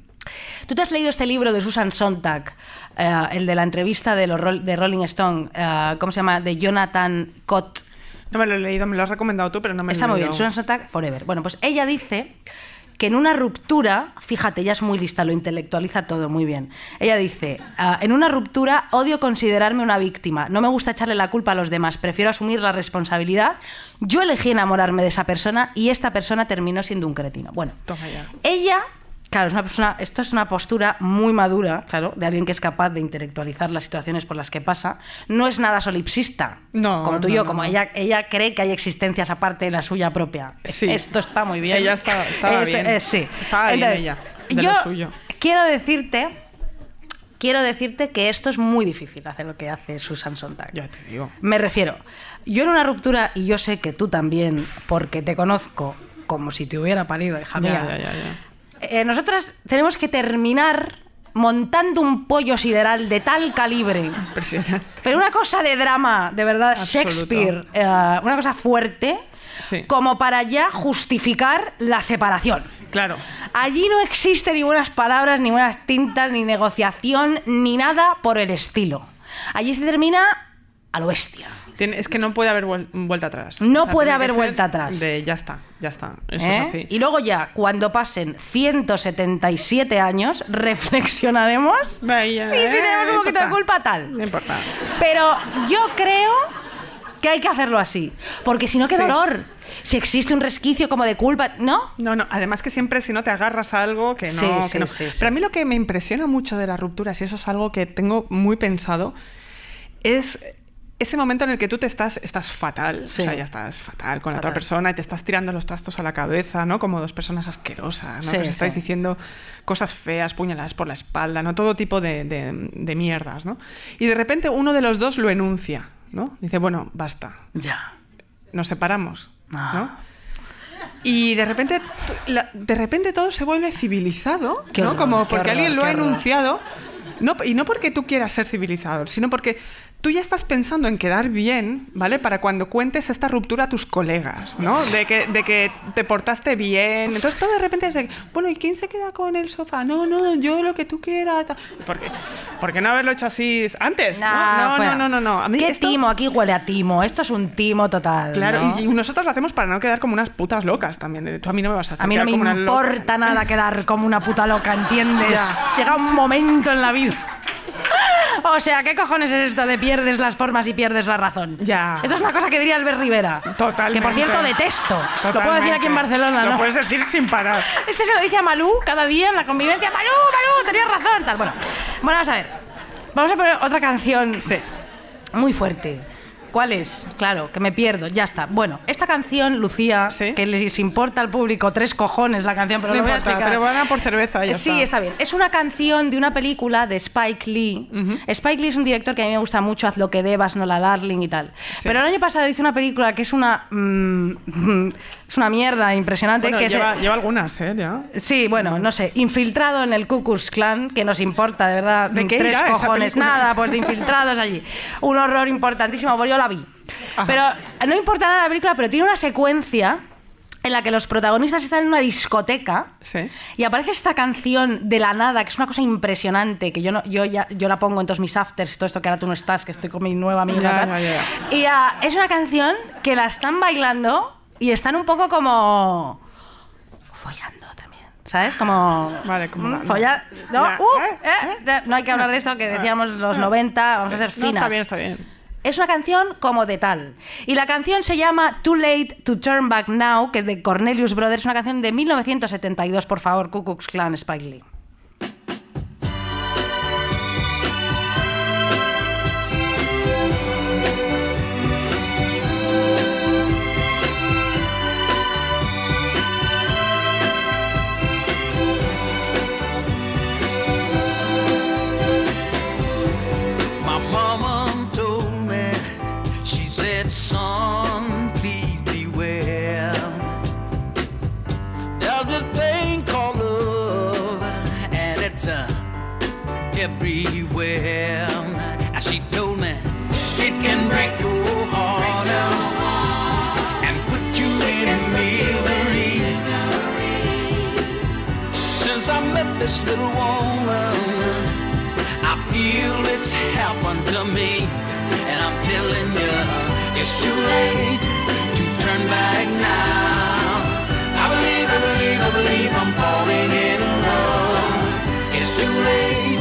Speaker 3: Tú te has leído este libro de Susan Sontag, eh, el de la entrevista de, los Roll- de Rolling Stone, eh, ¿cómo se llama? De Jonathan Cott.
Speaker 4: No me lo he leído, me lo has recomendado tú, pero no me
Speaker 3: Está
Speaker 4: lo he
Speaker 3: muy
Speaker 4: leído.
Speaker 3: bien, Susan Sontag Forever. Bueno, pues ella dice que en una ruptura, fíjate, ella es muy lista, lo intelectualiza todo muy bien. Ella dice, "Ah, en una ruptura odio considerarme una víctima, no me gusta echarle la culpa a los demás, prefiero asumir la responsabilidad. Yo elegí enamorarme de esa persona y esta persona terminó siendo un cretino. Bueno,
Speaker 4: Toma ya.
Speaker 3: ella, claro, es una persona, esto es una postura muy madura, claro, de alguien que es capaz de intelectualizar las situaciones por las que pasa. No es nada solipsista,
Speaker 4: No,
Speaker 3: como tú y
Speaker 4: no,
Speaker 3: yo,
Speaker 4: no,
Speaker 3: como
Speaker 4: no.
Speaker 3: ella, ella cree que hay existencias aparte de la suya propia.
Speaker 4: Sí.
Speaker 3: Esto está muy bien.
Speaker 4: Ella está- estaba bien.
Speaker 3: eh, sí.
Speaker 4: Estaba bien ella, de
Speaker 3: yo
Speaker 4: lo suyo.
Speaker 3: quiero decirte, quiero decirte que esto es muy difícil hacer lo que hace Susan Sontag.
Speaker 4: Ya te digo.
Speaker 3: Me refiero, yo en una ruptura, y yo sé que tú también, porque te conozco como si te hubiera parido, hija mía.
Speaker 4: Ya, ya, ya, ya.
Speaker 3: Eh, nosotras tenemos que terminar montando un pollo sideral de tal calibre.
Speaker 4: Impresionante.
Speaker 3: Pero una cosa de drama, de verdad,
Speaker 4: Absoluto.
Speaker 3: Shakespeare, eh, una cosa fuerte,
Speaker 4: Sí.
Speaker 3: como para ya justificar la separación.
Speaker 4: Claro.
Speaker 3: Allí no existe ni buenas palabras, ni buenas tintas, ni negociación, ni nada por el estilo. Allí se termina a lo bestia.
Speaker 4: Tiene- es que no puede haber vuel- vuelta atrás.
Speaker 3: No puede
Speaker 4: tiene que
Speaker 3: haber
Speaker 4: ser
Speaker 3: vuelta atrás.
Speaker 4: De ya está, ya está. Eso
Speaker 3: ¿eh?
Speaker 4: es así.
Speaker 3: Y luego ya, cuando pasen 177 años, reflexionaremos.
Speaker 4: Vaya,
Speaker 3: y si
Speaker 4: eh,
Speaker 3: tenemos un
Speaker 4: no
Speaker 3: poquito de
Speaker 4: importa.
Speaker 3: culpa, tal.
Speaker 4: No importa.
Speaker 3: Pero yo creo que hay que hacerlo así. Porque si no, qué
Speaker 4: Sí.
Speaker 3: dolor. Si existe un resquicio como de culpa, ¿no?
Speaker 4: No, no, además que siempre si no te agarras a algo que no.
Speaker 3: Sí,
Speaker 4: que
Speaker 3: sí,
Speaker 4: no.
Speaker 3: sí, sí.
Speaker 4: Pero a mí lo que me impresiona mucho de las rupturas, y eso es algo que tengo muy pensado, es ese momento en el que tú te estás, estás fatal,
Speaker 3: Sí.
Speaker 4: o sea, ya estás fatal con la
Speaker 3: Fatal.
Speaker 4: otra persona y te estás tirando los trastos a la cabeza, ¿no? Como dos personas asquerosas, ¿no?
Speaker 3: Sí,
Speaker 4: que os estáis
Speaker 3: sí.
Speaker 4: diciendo cosas feas, puñaladas por la espalda, ¿no? Todo tipo de, de- de mierdas, ¿no? Y de repente uno de los dos lo enuncia, ¿no? Dice, bueno, basta,
Speaker 3: Ya.
Speaker 4: nos separamos,
Speaker 3: Ah.
Speaker 4: ¿no? Y de repente, t- la- de repente todo se vuelve civilizado,
Speaker 3: Qué
Speaker 4: ¿no?
Speaker 3: horror,
Speaker 4: Como
Speaker 3: qué
Speaker 4: porque
Speaker 3: horror,
Speaker 4: alguien lo
Speaker 3: qué
Speaker 4: ha
Speaker 3: horror.
Speaker 4: enunciado. No, y no porque tú quieras ser civilizado, sino porque tú ya estás pensando en quedar bien, ¿vale? Para cuando cuentes esta ruptura a tus colegas, ¿no? De que, de que te portaste bien. Entonces todo de repente es de, bueno, ¿y quién se queda con el sofá? No, no, yo lo que tú quieras. tal. ¿Por qué, ¿Por qué no haberlo hecho así antes?
Speaker 3: Nah,
Speaker 4: no,
Speaker 3: fuera.
Speaker 4: no, no, no, no. A mí
Speaker 3: ¿Qué
Speaker 4: esto-
Speaker 3: timo? Aquí huele a timo. Esto es un timo total.
Speaker 4: Claro,
Speaker 3: ¿no?
Speaker 4: y, y nosotros lo hacemos para no quedar como unas putas locas también. de, Tú a mí no me vas a hacer
Speaker 3: A mí no
Speaker 4: quedar
Speaker 3: me
Speaker 4: como una loca".
Speaker 3: importa nada quedar como una puta loca, ¿entiendes?
Speaker 4: Ya.
Speaker 3: Llega un momento en la vida. O sea, ¿qué cojones es esto de pierdes las formas y pierdes la razón?
Speaker 4: Ya.
Speaker 3: Esto es una cosa que diría Albert Rivera.
Speaker 4: Totalmente.
Speaker 3: Que por cierto detesto. Lo puedo decir
Speaker 4: Totalmente.
Speaker 3: aquí en Barcelona,
Speaker 4: Lo
Speaker 3: ¿no?
Speaker 4: puedes decir sin parar.
Speaker 3: Este se lo dice a Malú cada día en la convivencia. Malú, Malú, tenías razón. Tal. Bueno, bueno, vamos a ver. Vamos a poner otra canción
Speaker 4: Sí.
Speaker 3: muy fuerte. ¿Cuál es? Claro, que me pierdo, ya está. Bueno, esta canción, Lucía,
Speaker 4: Sí.
Speaker 3: que les importa al público tres cojones la canción, pero
Speaker 4: No
Speaker 3: lo voy a
Speaker 4: importa,
Speaker 3: explicar. Eh,
Speaker 4: pero van a por cerveza, ya
Speaker 3: sí,
Speaker 4: está.
Speaker 3: bien. Es una canción de una película de Spike Lee. Spike Lee es un director que a mí me gusta mucho, haz lo que debas, no la darling y tal.
Speaker 4: Sí.
Speaker 3: Pero el año pasado hizo una película que es una mm, es una mierda impresionante
Speaker 4: Bueno,
Speaker 3: que se-
Speaker 4: lleva, lleva algunas, ¿eh? Ya.
Speaker 3: Sí, bueno, no sé, infiltrado en el Ku Klux Klan, que nos importa, de verdad,
Speaker 4: ¿De qué
Speaker 3: tres
Speaker 4: irá esa
Speaker 3: cojones,
Speaker 4: película?
Speaker 3: nada, pues de infiltrados allí. Un horror importantísimo, pues yo la vi.
Speaker 4: Ajá.
Speaker 3: Pero no importa nada la película, pero tiene una secuencia en la que los protagonistas están en una discoteca
Speaker 4: Sí.
Speaker 3: y aparece esta canción de la nada, que es una cosa impresionante, que yo no, yo ya, yo la pongo en todos mis afters, todo esto que ahora tú no estás, que estoy con mi nueva amiga.
Speaker 4: Ya,
Speaker 3: tal.
Speaker 4: ya, ya.
Speaker 3: Y ah, es una canción que la están bailando y están un poco como follando también. ¿Sabes? Como.
Speaker 4: Vale, como
Speaker 3: Mm,
Speaker 4: dando.
Speaker 3: follar. No,
Speaker 4: Ya,
Speaker 3: uh,
Speaker 4: eh,
Speaker 3: eh, eh, no hay que hablar de esto que decíamos los 90, vamos a ser
Speaker 4: Ah. No,
Speaker 3: finas.
Speaker 4: está bien, está bien.
Speaker 3: Es una canción como de tal. Y la canción se llama Too Late to Turn Back Now, que es de Cornelius Brothers, una canción de 1972, por favor, Ku Klux Klan, Spike Lee.
Speaker 7: My mama told me, she said, son, please beware. uh, this little woman. I feel it's happened to me, and I'm telling you, it's too late to turn back now. I believe, I believe, I believe I'm falling in love. It's too late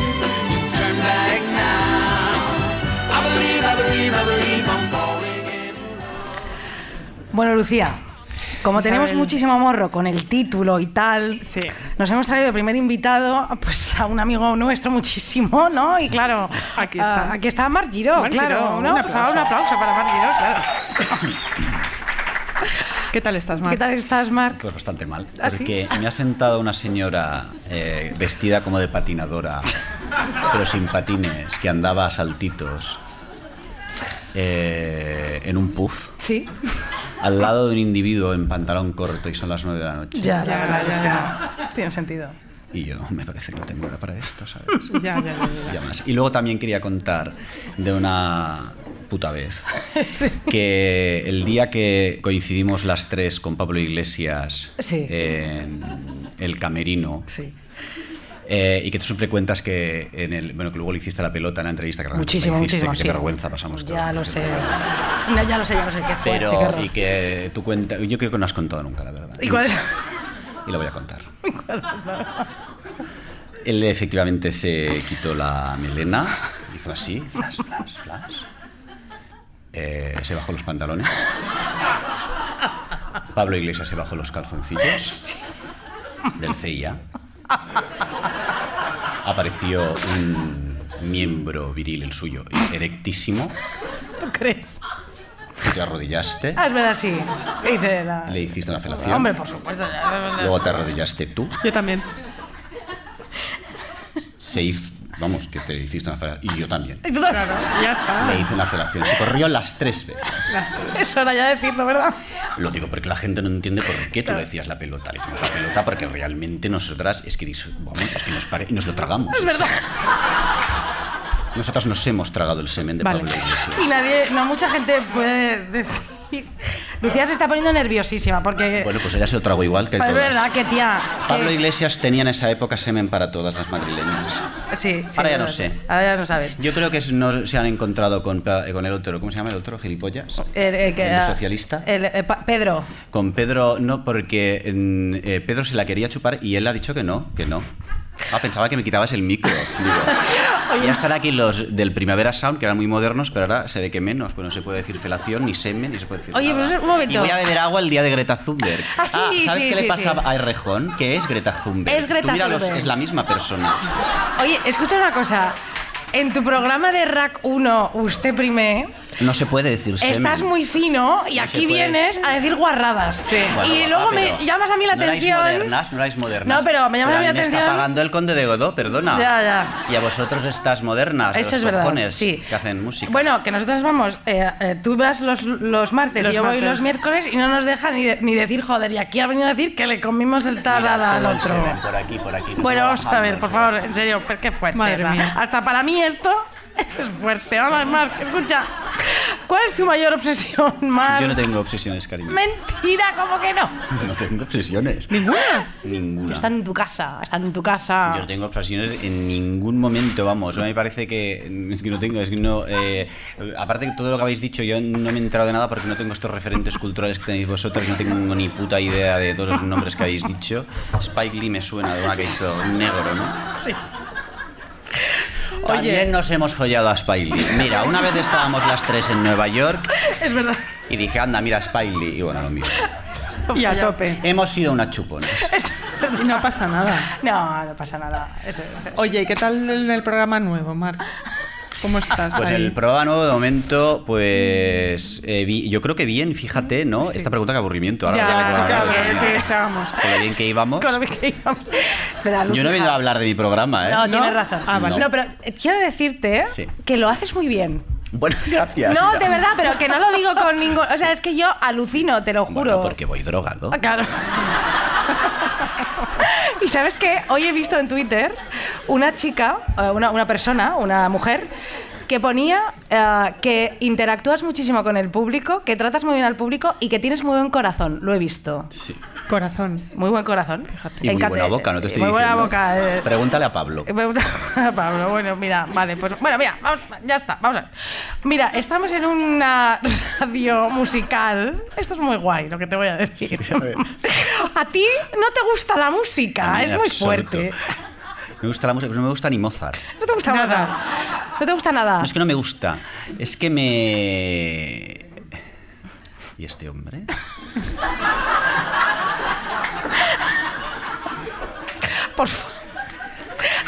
Speaker 7: to turn back now. I believe, I believe, I believe I'm falling in love.
Speaker 3: Bueno, Lucía, como
Speaker 4: Isabel.
Speaker 3: tenemos muchísimo morro con el título y tal,
Speaker 4: Sí.
Speaker 3: nos hemos traído de primer invitado pues, a un amigo nuestro muchísimo, ¿no? Y claro,
Speaker 4: Aquí está.
Speaker 3: ah, aquí está Mar Giró,
Speaker 4: Mar
Speaker 3: claro.
Speaker 4: Giró,
Speaker 3: ¿no?
Speaker 4: un
Speaker 3: Por favor, un aplauso
Speaker 4: aplauso.
Speaker 3: para Mar Giró, claro.
Speaker 4: ¿Qué tal estás, Mar?
Speaker 3: ¿Qué tal estás, Mar?
Speaker 8: Pues bastante mal,
Speaker 3: ¿Ah, sí?
Speaker 8: porque me ha sentado una señora eh, vestida como de patinadora, pero sin patines, que andaba a saltitos eh, en un puff,
Speaker 3: Sí.
Speaker 8: al lado de un individuo en pantalón corto y son las 9 de la noche.
Speaker 3: Ya, la
Speaker 4: Ya,
Speaker 3: verdad es
Speaker 4: ya.
Speaker 3: que no. Tiene sentido.
Speaker 8: Y yo, me parece que no tengo hora para esto, ¿sabes?
Speaker 4: Ya, ya, ya, ya.
Speaker 8: Y además- Y luego también quería contar de una puta vez que el día que coincidimos las tres con Pablo Iglesias
Speaker 3: Sí.
Speaker 8: en el camerino,
Speaker 3: Sí.
Speaker 8: Eh, y que tú siempre cuentas que en el bueno que luego le hiciste la pelota en la entrevista que realmente
Speaker 3: Muchísimo,
Speaker 8: la hiciste,
Speaker 3: muchísimo.
Speaker 8: Ah, que qué
Speaker 3: sí.
Speaker 8: vergüenza pasamos todos.
Speaker 3: Ya
Speaker 8: no
Speaker 3: lo
Speaker 8: sé.
Speaker 3: sé. No, ya lo sé, ya lo sé. Qué fuerte, qué
Speaker 8: Pero
Speaker 3: horror.
Speaker 8: y que tú cuentas, yo creo que no has contado nunca, la verdad.
Speaker 3: ¿Y cuál es?
Speaker 8: Y la voy a contar. Él efectivamente se quitó la melena, hizo así, flash, flash, flash. Eh, se bajó los pantalones. Pablo Iglesias se bajó los calzoncillos del CIA. Apareció un miembro viril, el suyo, erectísimo.
Speaker 3: ¿Tú crees?
Speaker 8: Tú Te arrodillaste,
Speaker 3: Ah, es verdad, sí. Y se la-
Speaker 8: le hiciste una felación.
Speaker 3: Hombre, por supuesto. ya-
Speaker 8: Luego te arrodillaste tú.
Speaker 4: Yo también.
Speaker 8: Se hizo, vamos, que te hiciste una felación. Y yo también.
Speaker 4: Claro, ya está.
Speaker 8: Le hice una felación. Se corrió las tres veces.
Speaker 3: Es hora ya de decirlo, ¿verdad?
Speaker 8: Lo digo porque la gente no entiende por qué tú le decías la pelota. Le decimos la pelota porque realmente nosotras es que, dis- vamos, es que nos, pare- y nos lo tragamos. Es verdad. Nosotras nos hemos tragado el semen de
Speaker 4: Vale.
Speaker 8: Pablo Iglesias.
Speaker 3: Y nadie, no mucha gente puede decir. Lucía se está poniendo nerviosísima porque.
Speaker 8: Bueno, pues ella se lo tragó igual que
Speaker 3: es
Speaker 8: todas.
Speaker 3: verdad que tía. que-
Speaker 8: Pablo Iglesias tenía en esa época semen para todas las madrileñas.
Speaker 3: Sí, sí,
Speaker 8: Ahora ya
Speaker 3: es
Speaker 8: no
Speaker 3: verdad,
Speaker 8: sé.
Speaker 3: sí. Ahora ya no sabes.
Speaker 8: Yo creo que es- no se han encontrado con, Pla- con el otro, ¿cómo se llama el otro? ¿Gilipollas?
Speaker 3: Eh, eh, que-
Speaker 8: ¿El socialista?
Speaker 3: el, eh, Pa- Pedro.
Speaker 8: Con Pedro no, porque mm, eh, Pedro se la quería chupar y él ha dicho que no, que no. Ah, pensaba que me quitabas el micro. Digo, ya están aquí los del Primavera Sound, que eran muy modernos, pero ahora se ve que menos. Pues no se puede decir felación, ni semen, ni se puede decir
Speaker 3: Oye,
Speaker 8: nada.
Speaker 3: pero un momento.
Speaker 8: Y voy a beber agua el día de Greta Thunberg.
Speaker 3: Ah, sí,
Speaker 8: ¿sabes
Speaker 3: sí,
Speaker 8: qué
Speaker 3: sí,
Speaker 8: le pasa
Speaker 3: sí.
Speaker 8: a Errejón? Que es Greta Thunberg.
Speaker 3: Es Greta
Speaker 8: Tú míralos,
Speaker 3: Thunberg.
Speaker 8: es la misma persona.
Speaker 3: Oye, escucha una cosa. En tu programa de Rack 1, usted prime,
Speaker 8: No se puede decir semen.
Speaker 3: estás muy fino y
Speaker 8: No se
Speaker 3: aquí
Speaker 8: puede.
Speaker 3: vienes a decir guarradas.
Speaker 8: Bueno,
Speaker 3: y
Speaker 8: guapa,
Speaker 3: luego me
Speaker 8: pero
Speaker 3: llamas a mí la
Speaker 8: no
Speaker 3: atención.
Speaker 8: Erais modernas, no erais modernas.
Speaker 3: No, pero me llamas a mí la
Speaker 8: mí Me
Speaker 3: atención.
Speaker 8: está pagando el conde de Godó, perdona.
Speaker 3: Ya, ya.
Speaker 8: Y a vosotros estás modernas.
Speaker 3: Eso
Speaker 8: los
Speaker 3: es verdad.
Speaker 8: cojones
Speaker 3: sí.
Speaker 8: Que hacen música.
Speaker 3: Bueno, que nosotros vamos, eh, eh, tú vas los, los martes
Speaker 4: Los
Speaker 3: y yo voy
Speaker 4: martes.
Speaker 3: los miércoles y no nos deja ni, de- ni decir, joder, y aquí ha venido a decir que le comimos el
Speaker 8: Mira,
Speaker 3: tarada al
Speaker 8: solo el
Speaker 3: otro.
Speaker 8: semen, por aquí, por aquí.
Speaker 3: Bueno, vamos a ver,
Speaker 8: Bajando,
Speaker 3: por
Speaker 8: o sea.
Speaker 3: favor, en serio, pero qué fuerte.
Speaker 4: Madre
Speaker 3: o sea,
Speaker 4: mía.
Speaker 3: Hasta para mí esto es fuerte. Vamos, Marc, escucha. ¿Cuál es tu mayor obsesión, Marc?
Speaker 8: Yo no tengo obsesiones, cariño.
Speaker 3: Mentira, ¿cómo que no?
Speaker 8: No tengo obsesiones. ¿Ninguna? Ninguna.
Speaker 3: Está en tu casa, está en tu casa.
Speaker 8: Yo no tengo obsesiones en ningún momento, vamos. A mí me parece que, es que no tengo, es que no. eh, aparte de todo lo que habéis dicho, yo no me he enterado de nada porque no tengo estos referentes culturales que tenéis vosotros, no tengo ni puta idea de todos los nombres que habéis dicho. Spike Lee me suena de una que hizo un negro, ¿no?
Speaker 3: Sí.
Speaker 8: También nos hemos follado a Spike Lee. Mira, una vez estábamos las tres en Nueva York
Speaker 3: Es verdad.
Speaker 8: y dije, anda, mira, Spike Lee. Y bueno, lo mismo.
Speaker 4: Y a tope.
Speaker 8: Hemos sido unas chupones.
Speaker 3: Es-
Speaker 4: Y no pasa nada.
Speaker 3: No, no pasa nada. Eso, eso.
Speaker 4: Oye, ¿y ¿qué tal en el programa nuevo, Marc? ¿Cómo estás?
Speaker 8: Pues
Speaker 4: ahí?
Speaker 8: el programa nuevo de momento, pues eh, vi- yo creo que bien, fíjate, ¿no? Esta pregunta que aburrimiento. Ahora
Speaker 3: Ya,
Speaker 8: vamos a
Speaker 4: Chica,
Speaker 8: hablar
Speaker 4: pero
Speaker 8: de
Speaker 4: es que
Speaker 8: programa.
Speaker 4: estábamos.
Speaker 8: Con lo bien que íbamos.
Speaker 3: Con lo que íbamos. Espera, Luz,
Speaker 8: Yo no he venido
Speaker 3: hija.
Speaker 8: a hablar de mi programa, ¿eh?
Speaker 3: No, tienes
Speaker 4: ¿No?
Speaker 3: razón.
Speaker 4: Ah, vale.
Speaker 3: No, pero eh, quiero decirte
Speaker 8: Sí.
Speaker 3: que lo haces muy bien.
Speaker 8: Bueno, gracias.
Speaker 3: No, de verdad, pero que no lo digo con ningún. O sea, es que yo alucino, te lo juro.
Speaker 8: Bueno, porque voy drogado.
Speaker 3: Ah, Claro. Y sabes que hoy he visto en Twitter una chica, eh, una, una persona, una mujer, que ponía eh, que interactúas muchísimo con el público, que tratas muy bien al público y que tienes muy buen corazón. Lo he visto.
Speaker 8: Sí.
Speaker 4: Corazón.
Speaker 3: Muy buen corazón.
Speaker 4: Fíjate.
Speaker 8: Y muy
Speaker 3: Encante-
Speaker 8: buena boca, no te estoy
Speaker 3: Muy buena
Speaker 8: diciendo.
Speaker 3: boca. eh.
Speaker 8: Pregúntale a Pablo.
Speaker 3: Eh, pregunta a Pablo, bueno, mira, vale, pues bueno, mira, vamos, ya está, vamos a ver. Mira, estamos en una radio musical. Esto es muy guay lo que te voy a decir.
Speaker 8: Sí, a ver.
Speaker 3: a ti no te gusta la
Speaker 8: A
Speaker 3: música,
Speaker 8: mí
Speaker 3: es
Speaker 8: en
Speaker 3: muy
Speaker 8: absoluto.
Speaker 3: fuerte.
Speaker 8: Me gusta la música, pero no me gusta ni Mozart.
Speaker 3: No te gusta nada.
Speaker 4: Nada.
Speaker 3: No te gusta nada.
Speaker 8: No es que no me gusta, es que me... ¿Y este hombre?
Speaker 3: Por favor.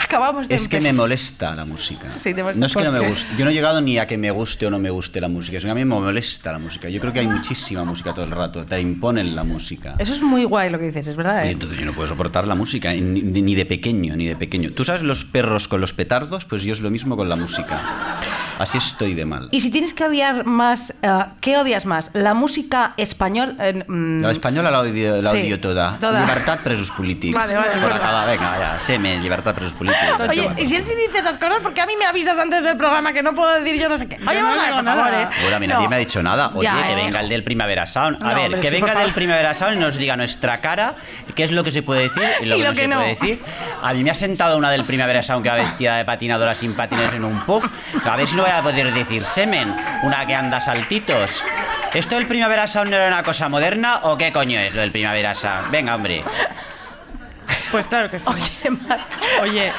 Speaker 3: Acabamos de
Speaker 8: Es que me
Speaker 3: empezar.
Speaker 8: molesta la música.
Speaker 3: Sí, te molesta.
Speaker 8: No es que no me
Speaker 3: ¿Por qué?
Speaker 8: guste. Yo no he llegado ni a que me guste o no me guste la música. Es que a mí me molesta la música. Yo creo que hay muchísima música todo el rato. Te imponen la música.
Speaker 3: Eso es muy guay lo que dices, es verdad.
Speaker 8: Y
Speaker 3: ¿eh?
Speaker 8: entonces yo no puedo soportar la música, y ni ni de pequeño, ni de pequeño. ¿Tú sabes los perros con los petardos? Pues yo es lo mismo con la música. Así estoy de mal.
Speaker 3: Y si tienes que odiar más, eh, ¿qué odias más? ¿La música español? Eh, mm,
Speaker 8: La española la odio, la
Speaker 3: Sí,
Speaker 8: odio toda.
Speaker 3: toda.
Speaker 8: Libertad presos polítics.
Speaker 3: Vale, vale,
Speaker 8: Por
Speaker 3: bueno.
Speaker 8: acá, venga, ya, semen, libertad presos políticos.
Speaker 3: Oye, y si él sí dice esas cosas, ¿por qué a mí me avisas antes del programa que no puedo decir yo no sé qué? Oye,
Speaker 4: no
Speaker 3: vamos a ver,
Speaker 4: digo
Speaker 3: por
Speaker 4: nada.
Speaker 3: favor, ¿eh?
Speaker 8: Ahora,
Speaker 3: No.
Speaker 8: mira, nadie me ha dicho nada. Oye,
Speaker 3: Ya,
Speaker 8: que
Speaker 3: es
Speaker 8: venga el del Primavera Sound. A
Speaker 3: No,
Speaker 8: ver,
Speaker 3: hombre,
Speaker 8: que
Speaker 3: sí, por
Speaker 8: venga del
Speaker 3: favor.
Speaker 8: Primavera Sound y nos diga nuestra cara qué es lo que se puede decir y lo
Speaker 3: Y
Speaker 8: que
Speaker 3: lo
Speaker 8: no
Speaker 3: que
Speaker 8: se
Speaker 3: no.
Speaker 8: puede decir. A mí me ha sentado una del Primavera Sound que va vestida de patinadora sin patines en un puff. A ver si no voy a poder decir semen, una que anda a saltitos. ¿Esto del Primavera Sound no era una cosa moderna o qué coño es lo del Primavera Sound? Venga, hombre.
Speaker 4: Pues claro que sí.
Speaker 3: Oye, Marc,
Speaker 4: Oye,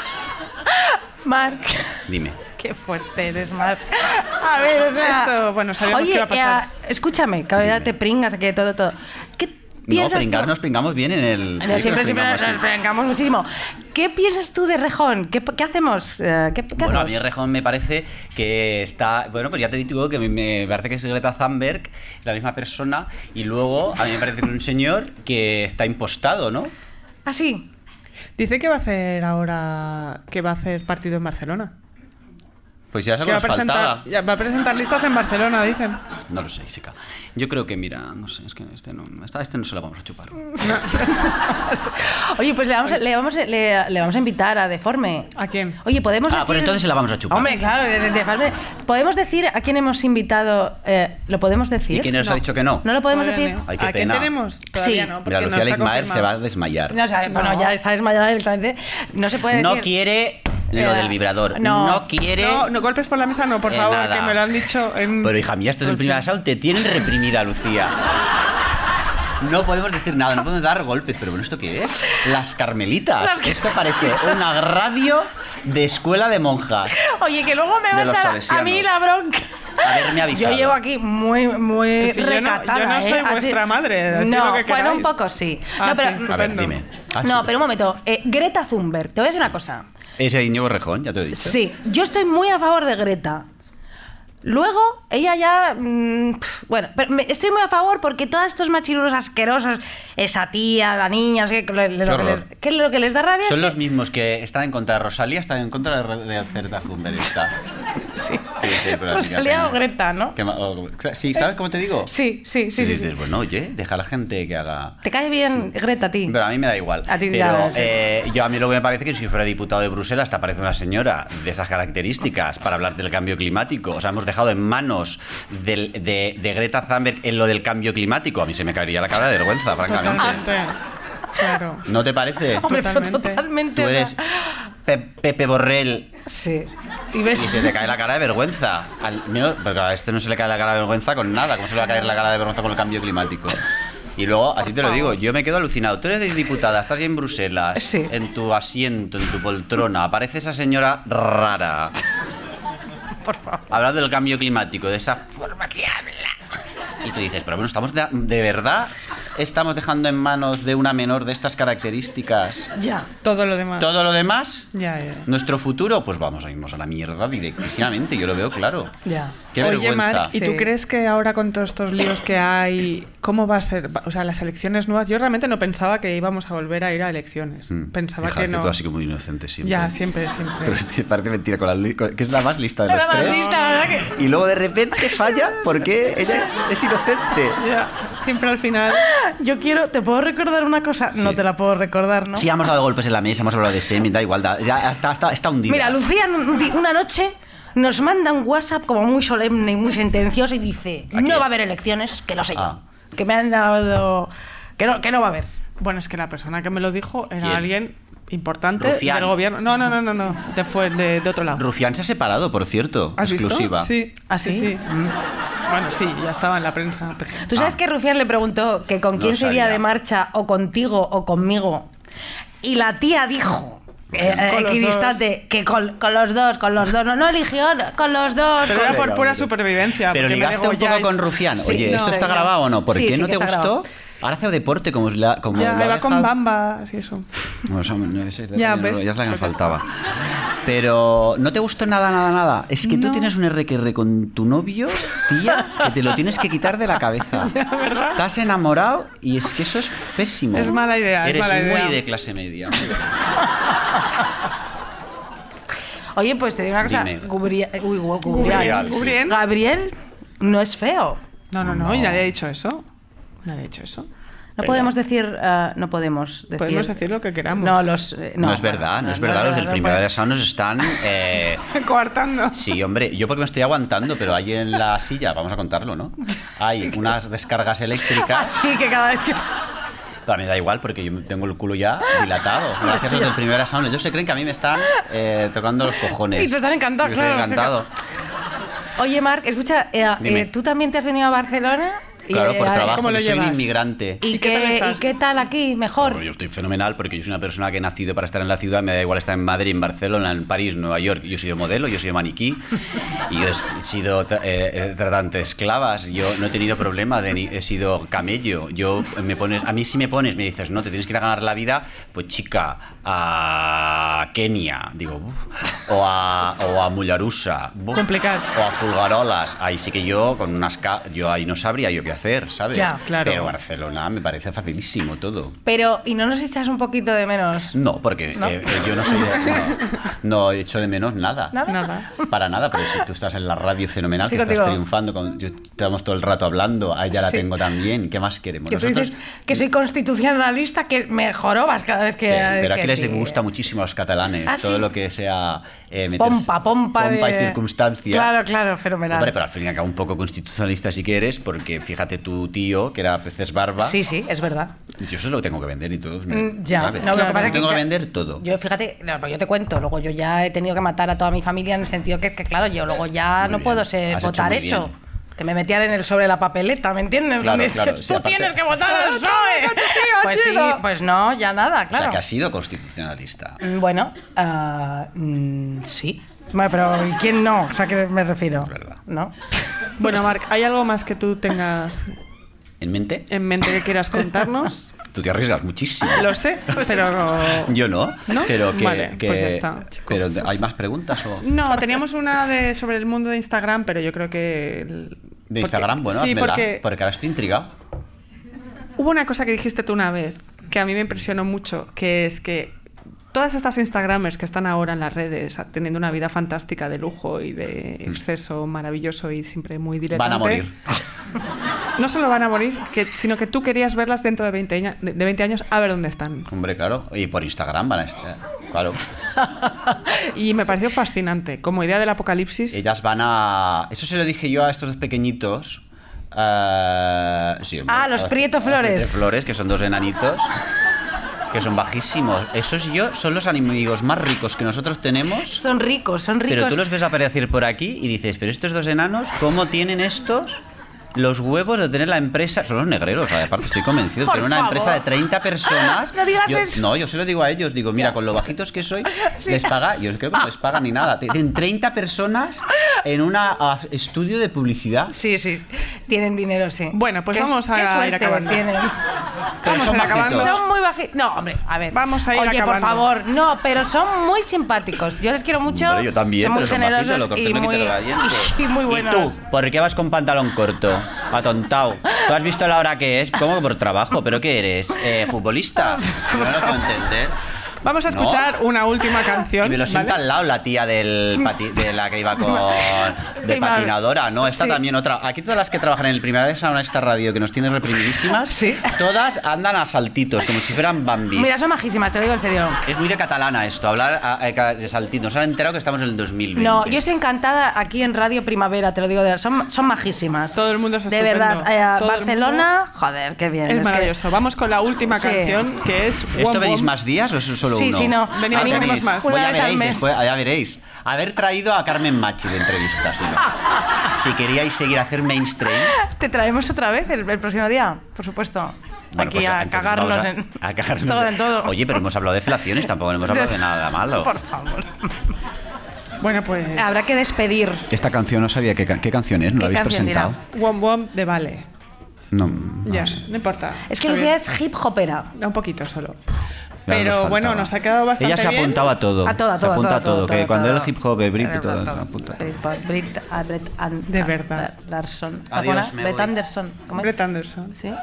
Speaker 3: Marc,
Speaker 8: Dime.
Speaker 3: qué fuerte eres, Marc. A ver, o sea...
Speaker 4: Esto, bueno, sabíamos
Speaker 3: Oye,
Speaker 4: que iba a pasar.
Speaker 3: eh, escúchame, que ahora te pringas aquí de todo, todo. ¿Qué
Speaker 8: No,
Speaker 3: piensas tú-
Speaker 8: pringarnos, pringamos bien en el.
Speaker 3: No,
Speaker 8: sí que nos
Speaker 3: siempre, siempre
Speaker 8: pringamos,
Speaker 3: nos
Speaker 8: sí.
Speaker 3: brincamos muchísimo. ¿Qué piensas tú de Rejón? ¿Qué, qué hacemos? Eh, ¿Qué, qué
Speaker 8: Bueno, a
Speaker 3: hacemos?
Speaker 8: mí Rejón me parece que está. Bueno, pues ya te digo que me- me parece que es Greta Thunberg, la misma persona, y luego a mí me parece que es un señor que está impostado, ¿no?
Speaker 3: Ah, sí.
Speaker 4: dice que va a hacer ahora. que va a hacer partido en Barcelona.
Speaker 8: Pues ya es
Speaker 4: Que
Speaker 8: algo
Speaker 4: va a,
Speaker 8: nos faltaba.
Speaker 4: presentar, ya va a presentar listas en Barcelona, dicen.
Speaker 8: No lo sé, chica. Yo creo que, mira, no sé, es que este no, esta- este no se lo vamos a chupar.
Speaker 3: Oye, pues le vamos, a, le, vamos a- le- le vamos a invitar a Deforme.
Speaker 4: ¿A quién?
Speaker 3: Oye, podemos
Speaker 8: Ah,
Speaker 3: decir...
Speaker 8: pues entonces se la vamos a chupar.
Speaker 3: Hombre, claro, de, de- de Farbe. ¿Podemos decir a quién hemos invitado? Eh, ¿Lo podemos decir?
Speaker 8: ¿Y quién nos ha dicho que no?
Speaker 3: ¿No lo podemos
Speaker 4: Madre
Speaker 3: decir?
Speaker 4: mía.
Speaker 8: Ay, qué
Speaker 4: ¿A
Speaker 8: pena.
Speaker 4: quién tenemos?
Speaker 3: Sí.
Speaker 4: Todavía no, porque
Speaker 8: Mira,
Speaker 4: no
Speaker 8: Lucía
Speaker 4: está
Speaker 8: Leitmaer se
Speaker 4: confirmado.
Speaker 8: va a desmayar.
Speaker 3: No, o sea, bueno,
Speaker 4: No.
Speaker 3: ya está desmayada directamente. No se puede
Speaker 8: No
Speaker 3: decir.
Speaker 8: quiere lo
Speaker 3: Eh,
Speaker 8: del vibrador.
Speaker 3: no.
Speaker 8: No quiere.
Speaker 4: No, no golpes por la mesa, no, por
Speaker 8: eh,
Speaker 4: favor,
Speaker 8: nada.
Speaker 4: que me lo han dicho en.
Speaker 8: Pero hija mía, esto es el
Speaker 4: Por
Speaker 8: primer
Speaker 4: fin.
Speaker 8: asalto. Te tienen reprimida, Lucía. No podemos decir nada, no podemos dar golpes, pero bueno, ¿esto qué es? Las carmelitas. Esto parece una radio de escuela de monjas.
Speaker 3: Oye, que luego me va
Speaker 8: De
Speaker 3: a
Speaker 8: los
Speaker 3: echar a
Speaker 8: salesianos.
Speaker 3: mí la bronca.
Speaker 8: Haberme avisado.
Speaker 3: Yo llevo aquí muy, muy
Speaker 4: Pues si yo no-
Speaker 3: recatada.
Speaker 4: yo no
Speaker 3: ¿eh?
Speaker 4: soy vuestra madre, decid
Speaker 3: No,
Speaker 4: lo que
Speaker 3: bueno,
Speaker 4: queráis.
Speaker 3: un poco sí.
Speaker 4: Ah,
Speaker 3: no, pero, mm,
Speaker 4: sí,
Speaker 8: A ver,
Speaker 4: Estupendo.
Speaker 8: dime. Ah,
Speaker 3: no,
Speaker 8: sí.
Speaker 3: pero un momento. Eh, Greta Thunberg, te voy a decir una cosa.
Speaker 8: Ese Íñigo Rejón, ya te lo he dicho.
Speaker 3: Sí, yo estoy muy a favor de Greta. Luego, ella ya. mm, pf, bueno, pero me- estoy muy a favor porque todos estos machirulos asquerosos, esa tía, la niña, no sé qué, que le- le- lo, que les,
Speaker 8: horror.
Speaker 3: que lo que les da rabia
Speaker 8: Son
Speaker 3: es
Speaker 8: los mismos que están en contra de Rosalía, están en contra de, Ro- de Certa Thunberg. está.
Speaker 3: que- sí. Pues
Speaker 8: Sí, sí, pero la chica
Speaker 3: Rosalía
Speaker 8: que-
Speaker 3: o Greta, ¿no?
Speaker 8: que ma- o- Sí, ¿sabes cómo te digo?
Speaker 3: Sí, sí, sí. sí, sí.
Speaker 8: Dices, bueno, oye, deja a la gente que haga...
Speaker 3: ¿Te cae bien Greta a ti?
Speaker 8: Pero a mí me da igual.
Speaker 3: A ti te
Speaker 8: pero,
Speaker 3: da igual, sí.
Speaker 8: eh, yo a mí lo que me parece que si fuera diputado de Bruselas te aparece una señora de esas características para hablar del cambio climático. O sea, hemos dejado en manos del- de, de Greta Thunberg en lo del cambio climático. A mí se me caería la cara de vergüenza, francamente.
Speaker 4: Totalmente. Claro.
Speaker 8: ¿No te parece?
Speaker 3: Hombre, pero
Speaker 4: totalmente.
Speaker 3: totalmente.
Speaker 8: Tú
Speaker 3: o sea,
Speaker 8: eres Pe- Pepe Borrell
Speaker 3: Sí. Y
Speaker 8: y
Speaker 3: ves.
Speaker 8: se te cae la cara de vergüenza. Al, no, porque a este no se le cae la cara de vergüenza con nada. ¿Cómo se le va a caer la cara de vergüenza con el cambio climático? Y luego, así te lo digo, yo me quedo alucinado. Tú eres diputada, estás ahí en Bruselas,
Speaker 3: Sí.
Speaker 8: en tu asiento, en tu poltrona. Aparece esa señora rara.
Speaker 3: Por favor.
Speaker 8: Hablando del cambio climático, de esa forma que habla. Y tú dices, pero bueno, ¿estamos de, de verdad estamos dejando en manos de una menor de estas características
Speaker 3: Ya.
Speaker 4: Todo lo demás.
Speaker 8: todo lo demás?
Speaker 4: Ya, ya.
Speaker 8: Nuestro futuro, pues vamos a irnos a la mierda directísimamente, yo lo veo claro.
Speaker 3: Ya.
Speaker 8: Qué
Speaker 4: Oye,
Speaker 8: vergüenza.
Speaker 4: Marc, ¿y
Speaker 3: Sí.
Speaker 4: tú crees que ahora con todos estos líos que hay, cómo va a ser? O sea, las elecciones nuevas, yo realmente no pensaba que íbamos a volver a ir a elecciones. Pensaba
Speaker 8: Mm. Hija,
Speaker 4: que no.
Speaker 8: tú has sido muy inocente siempre.
Speaker 4: ya, siempre, siempre.
Speaker 8: Pero es que parece mentira, con la, li- con- que es la más lista de
Speaker 3: La
Speaker 8: los
Speaker 3: más
Speaker 8: tres.
Speaker 3: lista, la verdad que-
Speaker 8: Y luego de repente falla porque es, es inocente.
Speaker 4: Ya, siempre al final.
Speaker 3: Yo quiero. ¿Te puedo recordar una cosa? No
Speaker 8: Sí.
Speaker 3: te la puedo recordar, ¿no?
Speaker 8: Sí, hemos dado golpes en la mesa, hemos hablado de semi, da igual, da- ya está, está, está hundida.
Speaker 3: Mira, Lucía un di- una noche nos manda un WhatsApp como muy solemne y muy sentencioso y dice,
Speaker 8: ¿A quién?
Speaker 3: no va a haber elecciones, que lo sé yo.
Speaker 8: Ah.
Speaker 3: Que me han dado... Que no, que no va a haber.
Speaker 4: Bueno, es que la persona que me lo dijo era
Speaker 8: ¿Quién?
Speaker 4: alguien importante
Speaker 8: Rufián.
Speaker 4: del gobierno. No, no, no, no, no. De, fue- de, de otro lado.
Speaker 8: Rufián se ha separado, por cierto.
Speaker 4: ¿Has visto?
Speaker 8: exclusiva.
Speaker 4: Sí.
Speaker 3: ¿Ah,
Speaker 4: Sí,
Speaker 3: sí?
Speaker 4: sí. Mm. Bueno, sí, ya estaba en la prensa. pero-
Speaker 3: Tú sabes que Rufián le preguntó que con
Speaker 8: No
Speaker 3: quién sería
Speaker 8: sabía.
Speaker 3: de marcha, o contigo o conmigo. Y la tía dijo, eh, eh,
Speaker 4: Con los
Speaker 3: equidistante, que con, con los dos, con los dos. No, no eligió, no, con los dos.
Speaker 4: Pero
Speaker 3: con-
Speaker 4: era por pura
Speaker 8: hombre.
Speaker 4: supervivencia.
Speaker 8: Pero
Speaker 4: porque me
Speaker 8: ligaste un poco
Speaker 4: degolláis.
Speaker 8: con Rufián.
Speaker 3: Sí,
Speaker 8: Oye,
Speaker 3: no,
Speaker 8: ¿esto está
Speaker 3: sí.
Speaker 8: grabado o no? ¿Por
Speaker 3: Sí,
Speaker 8: qué
Speaker 3: sí
Speaker 8: no
Speaker 3: que
Speaker 8: te
Speaker 3: está grabado.
Speaker 8: gustó? Ahora hace deporte como es la. Como
Speaker 4: Ya,
Speaker 8: lo ha
Speaker 4: iba con
Speaker 8: dejado.
Speaker 4: bambas y eso.
Speaker 8: Bueno, eso, no, ese detalle
Speaker 4: Ya,
Speaker 8: no lo-
Speaker 4: ves,
Speaker 8: ya es la que me
Speaker 4: pues ya
Speaker 8: faltaba. Pero no te gustó nada, nada, nada. Es que tú
Speaker 4: No.
Speaker 8: tienes un RQR con tu novio, tía, que te lo tienes que quitar de la cabeza. Estás enamorado y es que eso es pésimo.
Speaker 4: Es mala idea, es
Speaker 8: Eres
Speaker 4: mala
Speaker 8: muy
Speaker 4: idea.
Speaker 8: de clase media.
Speaker 3: Oye, pues te digo una cosa.
Speaker 8: Dime.
Speaker 3: Gubria- uy, gu-
Speaker 8: Gabriel,
Speaker 3: Gubrial.
Speaker 8: sí.
Speaker 4: Gabriel.
Speaker 3: Gabriel no es feo.
Speaker 4: No, no, no,
Speaker 8: No.
Speaker 4: y nadie ha dicho eso. Nadie ha dicho eso.
Speaker 3: No podemos decir, eh, no podemos decir.
Speaker 4: Podemos decir lo que queramos.
Speaker 3: No, los, eh,
Speaker 8: No, es verdad, no, es verdad. Los del
Speaker 3: no,
Speaker 8: Primavera
Speaker 3: no.
Speaker 8: Sound nos están. eh,
Speaker 4: Coartando.
Speaker 8: Sí, hombre, yo porque me estoy aguantando, pero hay en la silla, vamos a contarlo, ¿no? Hay unas descargas
Speaker 4: Ah,
Speaker 8: eléctricas.
Speaker 3: Así que cada vez que.
Speaker 8: Pero me da igual porque yo tengo el culo ya dilatado. Gracias a los del primer sound. Ellos se creen que a mí me están eh, tocando los cojones.
Speaker 3: Y tú estás encantado,
Speaker 8: Yo
Speaker 3: claro,
Speaker 8: Estoy encantado.
Speaker 3: Oye, Marc, escucha, eh, eh,
Speaker 8: Dime.
Speaker 3: tú también te has venido a Barcelona. Y,
Speaker 8: Claro, por
Speaker 3: eh,
Speaker 8: trabajo,
Speaker 4: ¿cómo lo
Speaker 8: yo soy un
Speaker 4: llevas?
Speaker 8: inmigrante.
Speaker 3: ¿Y,
Speaker 4: ¿Y qué
Speaker 3: qué,
Speaker 4: tal
Speaker 3: y
Speaker 4: estás?
Speaker 3: qué tal aquí? Mejor.
Speaker 8: Bueno, yo estoy fenomenal porque yo soy una persona que he nacido para estar en la ciudad, me da igual estar en Madrid, en Barcelona, en París, Nueva York. Yo he sido modelo, yo he sido maniquí, y yo he sido tra- eh, eh, tratante de esclavas, yo no he tenido problema, de ni- he sido camello. Yo me pones, a mí si me pones, me dices, no, te tienes que ir a ganar la vida, pues chica, a Kenia, digo, "Uf", o a, o a Mullarusa, "Buf",
Speaker 4: Complicado.
Speaker 8: o a Fulgarolas. Ahí sí que yo, con unas. ca- Yo ahí no sabría yo qué hacer, ¿sabes?
Speaker 4: Ya, claro.
Speaker 8: Pero Barcelona me parece facilísimo todo.
Speaker 3: Pero, ¿y no nos echas un poquito de menos?
Speaker 8: No, porque
Speaker 3: ¿No?
Speaker 8: eh, eh, yo no soy de, bueno, no he hecho de menos nada.
Speaker 3: Nada.
Speaker 4: Nada.
Speaker 8: Para nada, pero si tú estás en la radio fenomenal,
Speaker 3: Sí,
Speaker 8: que estás
Speaker 3: contigo.
Speaker 8: triunfando, con, yo- estamos todo el rato hablando, a ella la
Speaker 3: Sí.
Speaker 8: tengo también, ¿qué más queremos?
Speaker 3: Que tú dices que soy constitucionalista, que me jorobas cada vez
Speaker 8: Sí,
Speaker 3: que.
Speaker 8: pero aquí
Speaker 3: que eh,
Speaker 8: les
Speaker 3: sí.
Speaker 8: gusta muchísimo a los catalanes,
Speaker 3: Ah,
Speaker 8: todo
Speaker 3: sí.
Speaker 8: lo que sea eh, meterse-
Speaker 3: Pompa, pompa, de.
Speaker 8: pompa y circunstancia.
Speaker 3: Claro, claro, fenomenal.
Speaker 8: Hombre, pero al fin y al cabo un poco constitucionalista si que eres, porque fíjate tu tío, que era peces barba,
Speaker 3: Sí, sí, es verdad.
Speaker 8: yo eso lo tengo que vender y todo,
Speaker 3: Mm, Ya,
Speaker 8: ¿sabes?
Speaker 3: No, lo que pasa es que
Speaker 8: tengo que
Speaker 3: ya-
Speaker 8: vender todo.
Speaker 3: Yo, fíjate, no, pero yo te cuento, luego yo ya he tenido que matar a toda mi familia en el sentido que es que, claro, yo luego ya
Speaker 8: Muy
Speaker 3: no
Speaker 8: bien.
Speaker 3: puedo ser,
Speaker 8: Has hecho
Speaker 3: votar
Speaker 8: muy
Speaker 3: eso.
Speaker 8: bien.
Speaker 3: Que me metían en el sobre la papeleta, ¿me entiendes?
Speaker 8: Claro,
Speaker 3: Me dices,
Speaker 8: claro,
Speaker 3: Tú
Speaker 8: sí, aparte-
Speaker 3: tienes que votar al PSOE. Pues sí, pues no, ya nada,
Speaker 8: O sea,
Speaker 3: claro.
Speaker 8: que ha sido constitucionalista.
Speaker 3: Mm, Bueno, ah, mm, sí. Bueno, pero ¿y quién no? O sea, ¿a qué me refiero?
Speaker 8: verdad.
Speaker 3: ¿No?
Speaker 4: Bueno, Marc, ¿hay algo más que tú tengas
Speaker 8: ¿En mente?
Speaker 4: en mente que quieras contarnos?
Speaker 8: Tú te arriesgas muchísimo.
Speaker 4: Lo sé, pero.
Speaker 8: Yo no,
Speaker 4: ¿No?
Speaker 8: pero que,
Speaker 4: Vale,
Speaker 8: que-
Speaker 4: pues ya está, chicos.
Speaker 8: pero hay más preguntas o
Speaker 4: No, teníamos una de sobre el mundo de Instagram, pero yo creo que. el- porque-
Speaker 8: de Instagram, bueno,
Speaker 4: sí,
Speaker 8: házmela,
Speaker 4: porque
Speaker 8: porque ahora estoy intrigado.
Speaker 4: hubo una cosa que dijiste tú una vez que a mí me impresionó mucho, que es que todas estas Instagramers que están ahora en las redes a- teniendo una vida fantástica de lujo y de exceso maravilloso y siempre muy directa.
Speaker 8: Mm. Van a morir.
Speaker 4: No solo van a morir, que, sino que tú querías verlas dentro de 20, aña- de de 20 años a ver dónde están.
Speaker 8: Hombre, claro, y por Instagram van a estar. Claro,
Speaker 4: Y me pareció fascinante, como idea del apocalipsis.
Speaker 8: ellas van a Eso se lo dije yo a estos dos pequeñitos. eh, sí, hombre,
Speaker 3: Ah, los
Speaker 8: a-
Speaker 3: Prieto
Speaker 8: a los
Speaker 3: Flores.
Speaker 8: Prieto Flores, que son dos enanitos, que son bajísimos. Esos y yo son los enemigos más ricos que nosotros tenemos.
Speaker 3: Son ricos, son ricos.
Speaker 8: Pero tú los ves aparecer por aquí y dices, pero estos dos enanos, ¿cómo tienen estos los huevos de tener la empresa? Son los negreros, o sea, aparte estoy convencido.
Speaker 3: Por
Speaker 8: Tener una
Speaker 3: favor.
Speaker 8: empresa de 30 personas.
Speaker 3: No digas
Speaker 8: yo,
Speaker 3: eso.
Speaker 8: No, yo se lo digo a ellos. Digo, mira, con lo bajitos que soy, les paga. Yo creo que no les paga ni nada. Tienen 30 personas en un estudio de publicidad.
Speaker 3: Sí, sí. Tienen dinero, sí.
Speaker 4: Bueno, pues
Speaker 3: Qué-
Speaker 4: vamos a
Speaker 3: qué
Speaker 4: ir
Speaker 3: suerte
Speaker 4: acabando.
Speaker 3: tienen.
Speaker 8: Pero
Speaker 4: Vamos
Speaker 8: son
Speaker 4: a ir acabando.
Speaker 8: bajitos.
Speaker 3: Son muy bajitos. No, hombre, a ver.
Speaker 4: Vamos a ir
Speaker 3: Oye, por
Speaker 4: acabando.
Speaker 3: favor, no, pero son muy simpáticos. Yo les quiero mucho.
Speaker 8: Hombre, yo también,
Speaker 3: son muy
Speaker 8: pero son
Speaker 3: generosos
Speaker 8: bajitos, lo corté
Speaker 3: y,
Speaker 8: me
Speaker 3: muy,
Speaker 8: quitaron la diente.
Speaker 3: y muy buenos.
Speaker 8: ¿Y tú? ¿Por qué vas con pantalón corto? Atontao. ¿Tú has visto la hora que es? ¿Cómo que por trabajo? ¿Pero qué eres? Eh, ¿Futbolista? Yo no lo puedo entender.
Speaker 4: Vamos a
Speaker 8: No.
Speaker 4: escuchar una última canción.
Speaker 8: Y me lo sienta
Speaker 4: ¿vale?
Speaker 8: al lado la tía del pati- de la que iba con de
Speaker 3: Sí,
Speaker 8: patinadora, ¿no? Está
Speaker 3: sí.
Speaker 8: también otra. Aquí todas las que trabajan en el primer de Sauna esta radio que nos tiene reprimidísimas,
Speaker 3: Sí.
Speaker 8: todas andan a saltitos, como si fueran bambis.
Speaker 3: Mira, son majísimas, te lo digo en serio.
Speaker 8: es muy de catalana esto, hablar a- a- de saltitos. Se han enterado que estamos en el 2020.
Speaker 3: No, yo estoy encantada aquí en Radio Primavera, te lo digo, de- son, son majísimas.
Speaker 4: Todo el mundo es
Speaker 3: De
Speaker 4: estupendo.
Speaker 3: verdad, eh,
Speaker 4: Todo el
Speaker 3: Barcelona, joder, qué bien.
Speaker 4: Es
Speaker 3: que-
Speaker 4: maravilloso. Vamos con la última
Speaker 3: Sí.
Speaker 4: canción que es.
Speaker 8: ¿Esto
Speaker 4: Wom
Speaker 8: venís
Speaker 4: Wom.
Speaker 8: más días o es solo
Speaker 3: Sí,
Speaker 8: uno? Ah,
Speaker 3: sí, no.
Speaker 4: Venimos,
Speaker 8: ya
Speaker 4: venimos
Speaker 8: veréis,
Speaker 4: más.
Speaker 8: pues
Speaker 3: Una
Speaker 8: ya
Speaker 3: vez al
Speaker 8: veréis,
Speaker 3: mes.
Speaker 8: después- ya veréis. Haber traído a Carmen Machi de entrevista, si, no. si queríais seguir a hacer mainstream.
Speaker 3: Te traemos otra vez el, el próximo día, por supuesto.
Speaker 8: Bueno,
Speaker 3: aquí
Speaker 8: pues,
Speaker 3: a
Speaker 8: entonces
Speaker 3: cagarnos
Speaker 8: vamos a-
Speaker 3: en
Speaker 8: a cagarnos
Speaker 3: todo,
Speaker 8: en-
Speaker 3: en todo.
Speaker 8: Oye, pero hemos hablado de felaciones, tampoco hemos hablado de nada malo.
Speaker 3: Por favor.
Speaker 4: Bueno, pues.
Speaker 3: Habrá que despedir.
Speaker 8: Esta canción no sabía qué, ca- qué canción es, ¿no
Speaker 3: ¿Qué
Speaker 8: la habéis
Speaker 3: canción dirá?
Speaker 8: presentado?
Speaker 4: Wom Wom de Vale.
Speaker 8: No, no
Speaker 4: ya,
Speaker 8: lo sé.
Speaker 4: no importa.
Speaker 3: Es que
Speaker 4: Está
Speaker 3: Lucía
Speaker 4: bien.
Speaker 3: es hip hopera.
Speaker 4: Un poquito solo.
Speaker 8: Ya nos
Speaker 4: Pero
Speaker 8: faltaba.
Speaker 4: bueno, nos ha quedado bastante
Speaker 8: Ella se
Speaker 4: bien.
Speaker 8: apuntaba a todo.
Speaker 3: A toda,
Speaker 8: Se
Speaker 3: toda,
Speaker 8: apunta
Speaker 3: toda,
Speaker 8: a todo. que
Speaker 3: toda,
Speaker 8: cuando
Speaker 3: toda.
Speaker 8: era el hip hop, el brip y todo. se apunta.
Speaker 3: Britpop, Brit, a Bret and-
Speaker 4: De
Speaker 3: a-
Speaker 4: verdad.
Speaker 3: a- Larson.
Speaker 8: Adiós,
Speaker 3: ¿Cómo era?
Speaker 8: me
Speaker 3: Bret
Speaker 8: voy.
Speaker 3: Anderson. ¿Cómo es?
Speaker 4: Brett Anderson.
Speaker 3: Sí.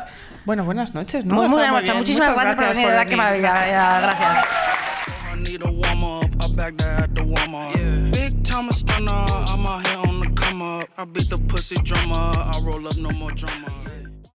Speaker 4: Bueno, buenas noches. ¿no?
Speaker 3: Muy,
Speaker 4: Ha
Speaker 3: muy
Speaker 4: estado
Speaker 3: buena noche.
Speaker 4: bien.
Speaker 3: Muchísimas
Speaker 4: Muchas
Speaker 3: gracias, por venir, de verdad, qué maravilla. ya, Gracias.
Speaker 9: I need a warm up. I back there at the warm up. Big time a stunner. I'm out here on the come up. I beat the pussy drummer. I roll up no more drama.